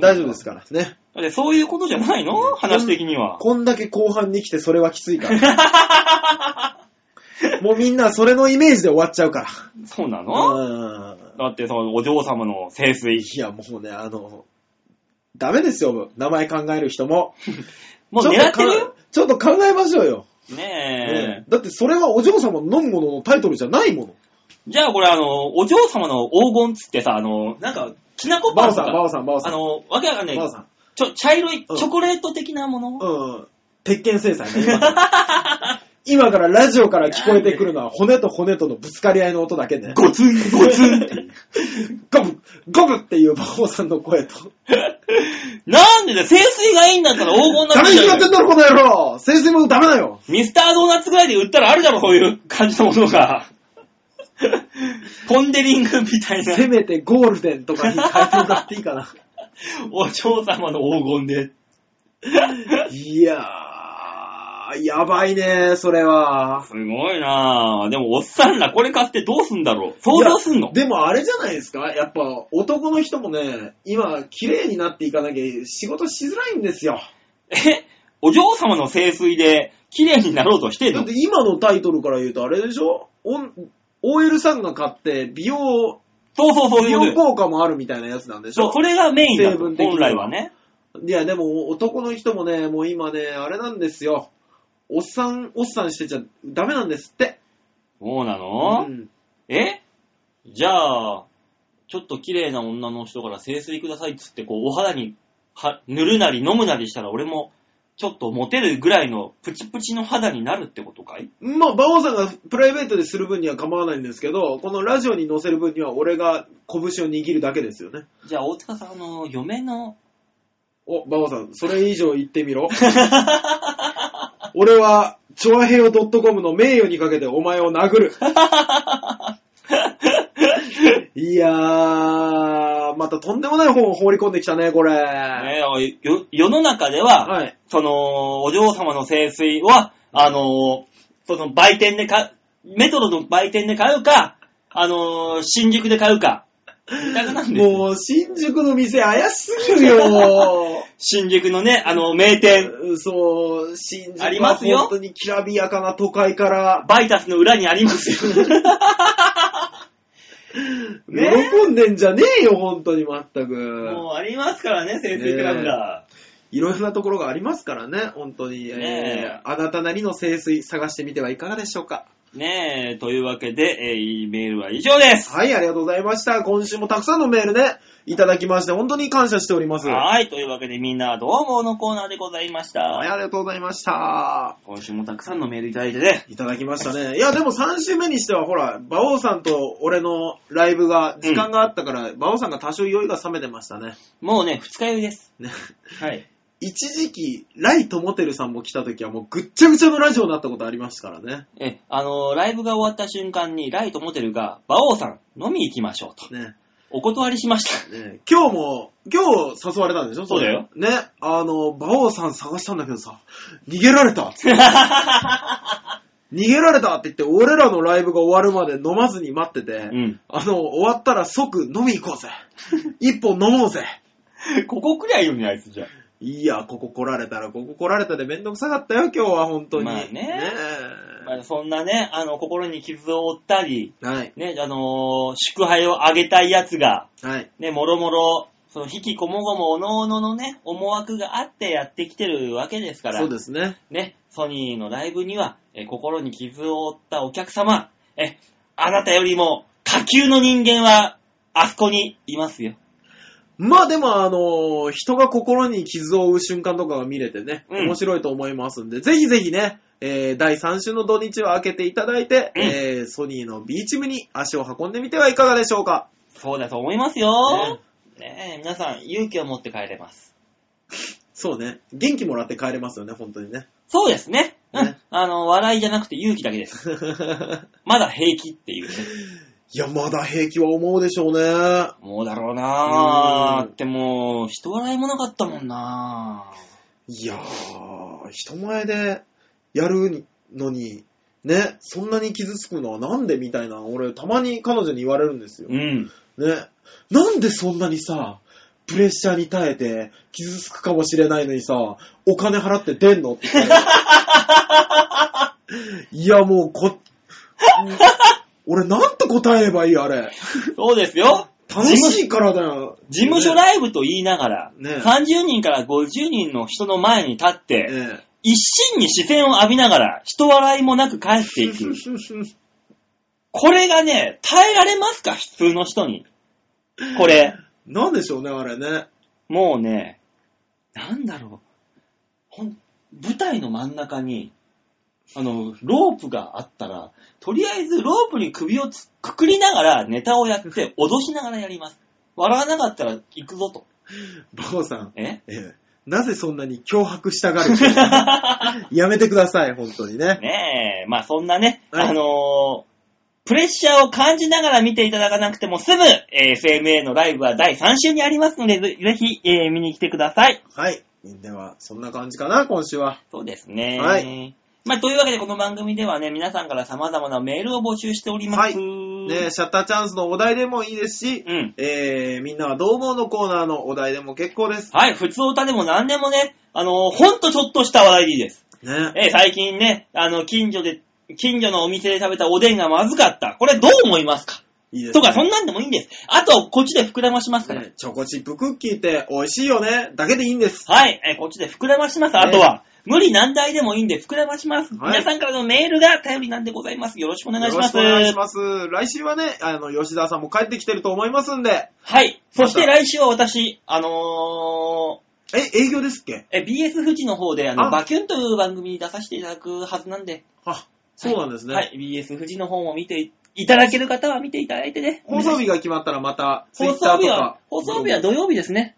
大丈夫ですから。ね。
だってそういうことじゃないの話的には。
こんだけ後半に来てそれはきついから。
[laughs]
もうみんなそれのイメージで終わっちゃうから。
そうなの
うん。
だってそのお嬢様の清水。
いや、もうね、あの、ダメですよ、名前考える人も。
もう狙ってる
ちょっとかちょっと考えましょうよ。
ねえ
ね。だってそれはお嬢様の飲むもののタイトルじゃないもの。
じゃあこれあの、お嬢様の黄金っつってさ、あの、なんか、きなこ
バ
パ
オ
ンと
さん、バ
か、
オさん、バオさ
あ
ん。
の、わけわかんない
バオさん。
ちょ、茶色い、チ
うん
ョコレート的なもの、
うん。鉄拳制裁ね、今の今からラジオから聞こえてくるのは骨と骨とのぶつかり合いの音だけね。
ゴツン、ゴツ
[laughs]
ンっていう。
ゴブゴブっていう馬王さんの声と。
なんでだよ、清水がいいんだったら黄金
ダ
な
メ
ん
に
じ
決ま
ゃ
ってん
ん。
だろ、この野郎先生もダメだよ
ミスタードーナツぐらいで売ったらあるだろ、そういう感じのものが。
[laughs]
ポンデリングみたいな。
せめてゴールデンとかに変えてもらっていいかな。
お嬢様の黄金で。
いやー、やばいね、それは。
すごいなぁ。でも、おっさんらこれ買ってどうすんだろう想像すん
い
の
やでもあれじゃないですかやっぱ男の人もね、今、綺麗になっていかなきゃ仕事しづらいんですよ。
えお嬢様の清水で綺麗になろうとしてん
だっ
の
て今のタイトルから言うとあれでしょおん ?OL さんが買って美容、
そうそうそうい
美
う
容
こと。
効果もあるみたいなやつなんでし
そう、
ょ
それがメインだと。
成分的には
本来はね。
いや、でも男の人もね、もう今ね、あれなんですよ。おっさん、おっさんしてちゃダメなんですって。
そうな
う
の、
ん、
えじゃあ、ちょっと綺麗な女の人から清水くださいっつって、こう、お肌には塗るなり飲むなりしたら、俺も、ちょっとモテるぐらいのプチプチの肌になるってことかい
まあ、馬王さんがプライベートでする分には構わないんですけど、このラジオに載せる分には俺が拳を握るだけですよね。
じゃあ、大塚さん、あの、嫁の、
お、馬王さん、それ以上言って
[laughs]
みろ。俺は、チョアヘヨ .com の名誉にかけてお前を
[laughs]
殴る。いやー、またとんでもない本を放り込んできたね、これ。
ねよ世の中では、
はい。
その、お嬢様の清水は、あの、その売店で買う、メトロの売店で買うか、あの、新宿で買うか。二択なんですよ
もう、新宿の店怪しすぎるよ。
新宿の [laughs] ね、あの、名店、
そう、新宿
ありますよ
は本当にきらびやかな都会から、
バイタスの裏にありますよ。ね
喜んでんじゃねえよ、本当に全
[laughs]
く。
もうありますからね、清水クラブが。
いろいろなところがありますからね、本当に。
ねえ
えーあなたなりの清水探してみてはいかがでしょうか。
ねえ、というわけで、えー、E メールは以上です。
はい、ありがとうございました。今週もたくさんのメールね、いただきまして、本当に感謝しております。はい、
はい、というわけでみんなはどう思うのコーナーでございました。
ありがとうございました。
今週もたくさんのメールいただいてね。
いただきましたね。いや、でも3週目にしては、ほら、馬王さんと俺のライブが、時間があったから、馬王さんが多少酔いが冷めてましたね。
もうね、二日酔いです。
ね
はい。
一時期、ライトモテルさんも来た時は、もうぐっちゃぐちゃのラジオになったことありましたからね。
え、あのライブが終わった瞬間に、ライトモテルが、馬王さん、飲み行きましょうと。
ね。
お断りしました。
ね今日も、今日誘われたんでしょ
そうだよ。
れね。あの、馬王さん探したんだけどさ、逃げら
[laughs]
れた。逃げられたって言って、俺らのライブが終わるまで飲まずに待ってて、
[laughs] うん。
あの、終わったら即飲み行こ
[laughs]
うぜ。一本飲もうぜ。
ここくらいよね、あいつじゃ。
いや、ここ来られたら、ここ来られたでめんどくさかったよ、今日は、本当に。
まあね
え
まあ、そんなね、あの、心に傷を負ったり、
はい、
ね、あのー祝杯をあげたいやつが、
はい。
ね、もろもろ、その、引きこもごも、おのおののね、思惑があってやってきてるわけですから、
そうですね。
ね、ソニーのライブには、え心に傷を負ったお客様、え、あなたよりも、下級の人間は、あそこにいますよ。
まあでも、あの人が心に傷を負う瞬間とかが見れてね、
うん
面白いと思いますんで、ぜひぜひね、えー第3週の土日は開けていただいて、
うん
えーソニーの B チームに足を運んでみてはいかがでしょうか。
そうだと思いますよ。ねえ、皆さん、勇気を持って帰れます。
そうね、元気もらって帰れますよね、本当にね。
そうですね。うん。
ね
あの、笑いじゃなくて勇気だけです。 [laughs] まだ平気っていうね。
[laughs] いや、まだ平気は思うでしょうね。
もうだろうな
う
ー
ん
ってもう、人笑いもなかったもんない
やー、人前でやるのに、ね、そんなに傷つくのはなんでみたいな、俺、たまに彼女に言われるんですよ。
うん。
ね。なんでそんなにさ、プレッシャーに耐えて、傷つくかもしれないのにさ、お金払って出
[laughs]
んのって。いや、もう、こ、俺、なんと答えればいい、あれ。
そうですよ。
楽しいからだよ。
事務所ライブと言いながら、
ね
30人から50人の人の前に立って、
ね
一心に視線を浴びながら、人笑いもなく帰ってい [laughs] く。これがね、耐えられますか普通の人に。これ、
[laughs] なんでしょうね、あれね。
もうね、なんだろう。ほん、舞台の真ん中に、あの、ロープがあったら、とりあえずロープに首をつくくりながらネタをやって、脅しながらやります。笑わなかったら行くぞと。
バオさん、
え
ええなぜそんなに脅迫したがる
[laughs]
のやめてください、本当にね。
ねえ、まあそんなね、
はい
あのープレッシャーを感じながら見ていただかなくても済む、えー FMA のライブは第3週にありますので、ぜぜひ、えー見に来てください。
はい。では、そんな感じかな、今週は。
そうですね。
は
まあというわけでこの番組ではね、皆さんから様々なメールを募集しております。
はね、シャッターチャンスのお題でもいいですし、
うん。
えー、みんなはどう思うのコーナーのお題でも結構です。
はい、普通歌でも何でもね、あのーほんとちょっとした話題でいいです。
ね。
えー最近ね、あの、近所で、近所のお店で食べたおでんがまずかった。これどう思いますか
いいです、ね。
とか、そんなんでもいいんです。あと、こっちで膨らましますから。
ねチョコチップクッキーって美味しいよね。だけでいいんです。
はい、えーこっちで膨らまします。あとは、無理難題でもいいんで膨らまします。
はい
皆さんからのメールが頼りなんでございます。よろしくお願いします。
よろしくお願いします。来週はね、あの、吉沢さんも帰ってきてると思いますんで。
はい。そして
また
来週は私、あの
え、営業ですっけ
ー、え BS 富士の方で、あの、
あ
バキュンという番組に出させていただくはずなんで、
あ、そうなんですね。
はい、BS 富士の方も見ていいただける方は見ていただいてね。
放送日が決まったらまた、ツイ
放
ッター
送
と
日
か
は。、放送日は土曜日ですね。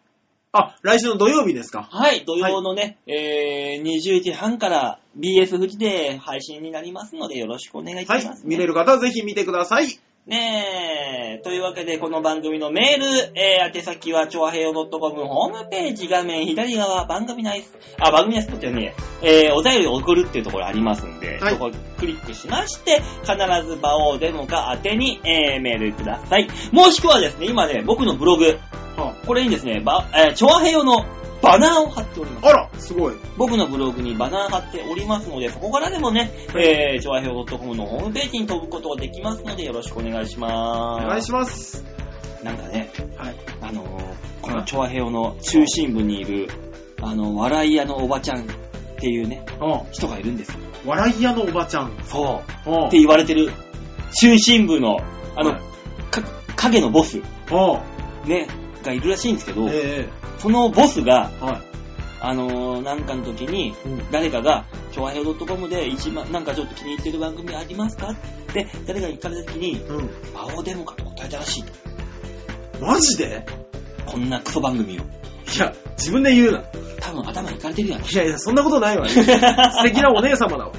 あ、来週の土曜日ですか。
はい、土曜のね、えー、20時半から BS 富士で配信になりますので、よろしくお願いいた
は
しま
い
す、。
見れる方はぜひ見てください。
ねえ。というわけで、この番組のメール、えー、宛先は、ちょあへよ .com ホームページ画面左側、番組内、あ、番組内スポットね、えー、お便りを送るっていうところありますんで、
はい
そこをクリックしまして、必ず場をデモか宛てに、えー、メールください。もしくはですね、今ね、僕のブログ、
は
これにですね、ば、えー、ちょあへよのバナーを貼っております
あ。ら、すごい。
僕のブログにバナー貼っておりますので、そこからでもね、えー、調和表 .com のホームページに飛ぶことができますので、よろしくお願いし
お
ます。
願いします。
なんかね、
はい。
あのー、この調和表の中心部にいる、あの、笑い屋のおばちゃんっていうね、
う
人がいるんですよ。
ん。笑い屋のおばちゃん。
そうう。
ん
って言われてる、中心部の、あの、
はい
か影のボス、
う
ね、がいるらしいんですけど
ん。、え
そのボスが、
えはい。
あのー、なんかの時に、
うん。
誰かが、超和平 .com で一番、なんかちょっと気に入ってる番組ありますかって、誰かに聞かれた時に、
うん。
魔王デモかと答えたらしいと。
マジで
こんなクソ番組を。
いや、自分で言うな。
多分頭いかれてるやん。
いやいや、そんなことな
[laughs]
いわ。素敵なお姉様だわ。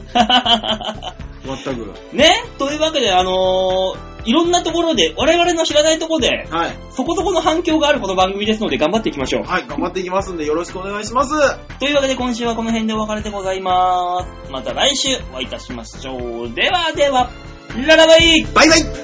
まったく。
ねというわけで、あのー、いろんなところで、我々の知らないところで、
はい。
そこそこの反響があるこの番組ですので、頑張っていきましょう。
はい、頑張っていきますんでよろしくお願いします。
というわけで、今週はこの辺でお別れでございます。また来週お会いいたしましょう。ではでは、ララバイ
バイバイ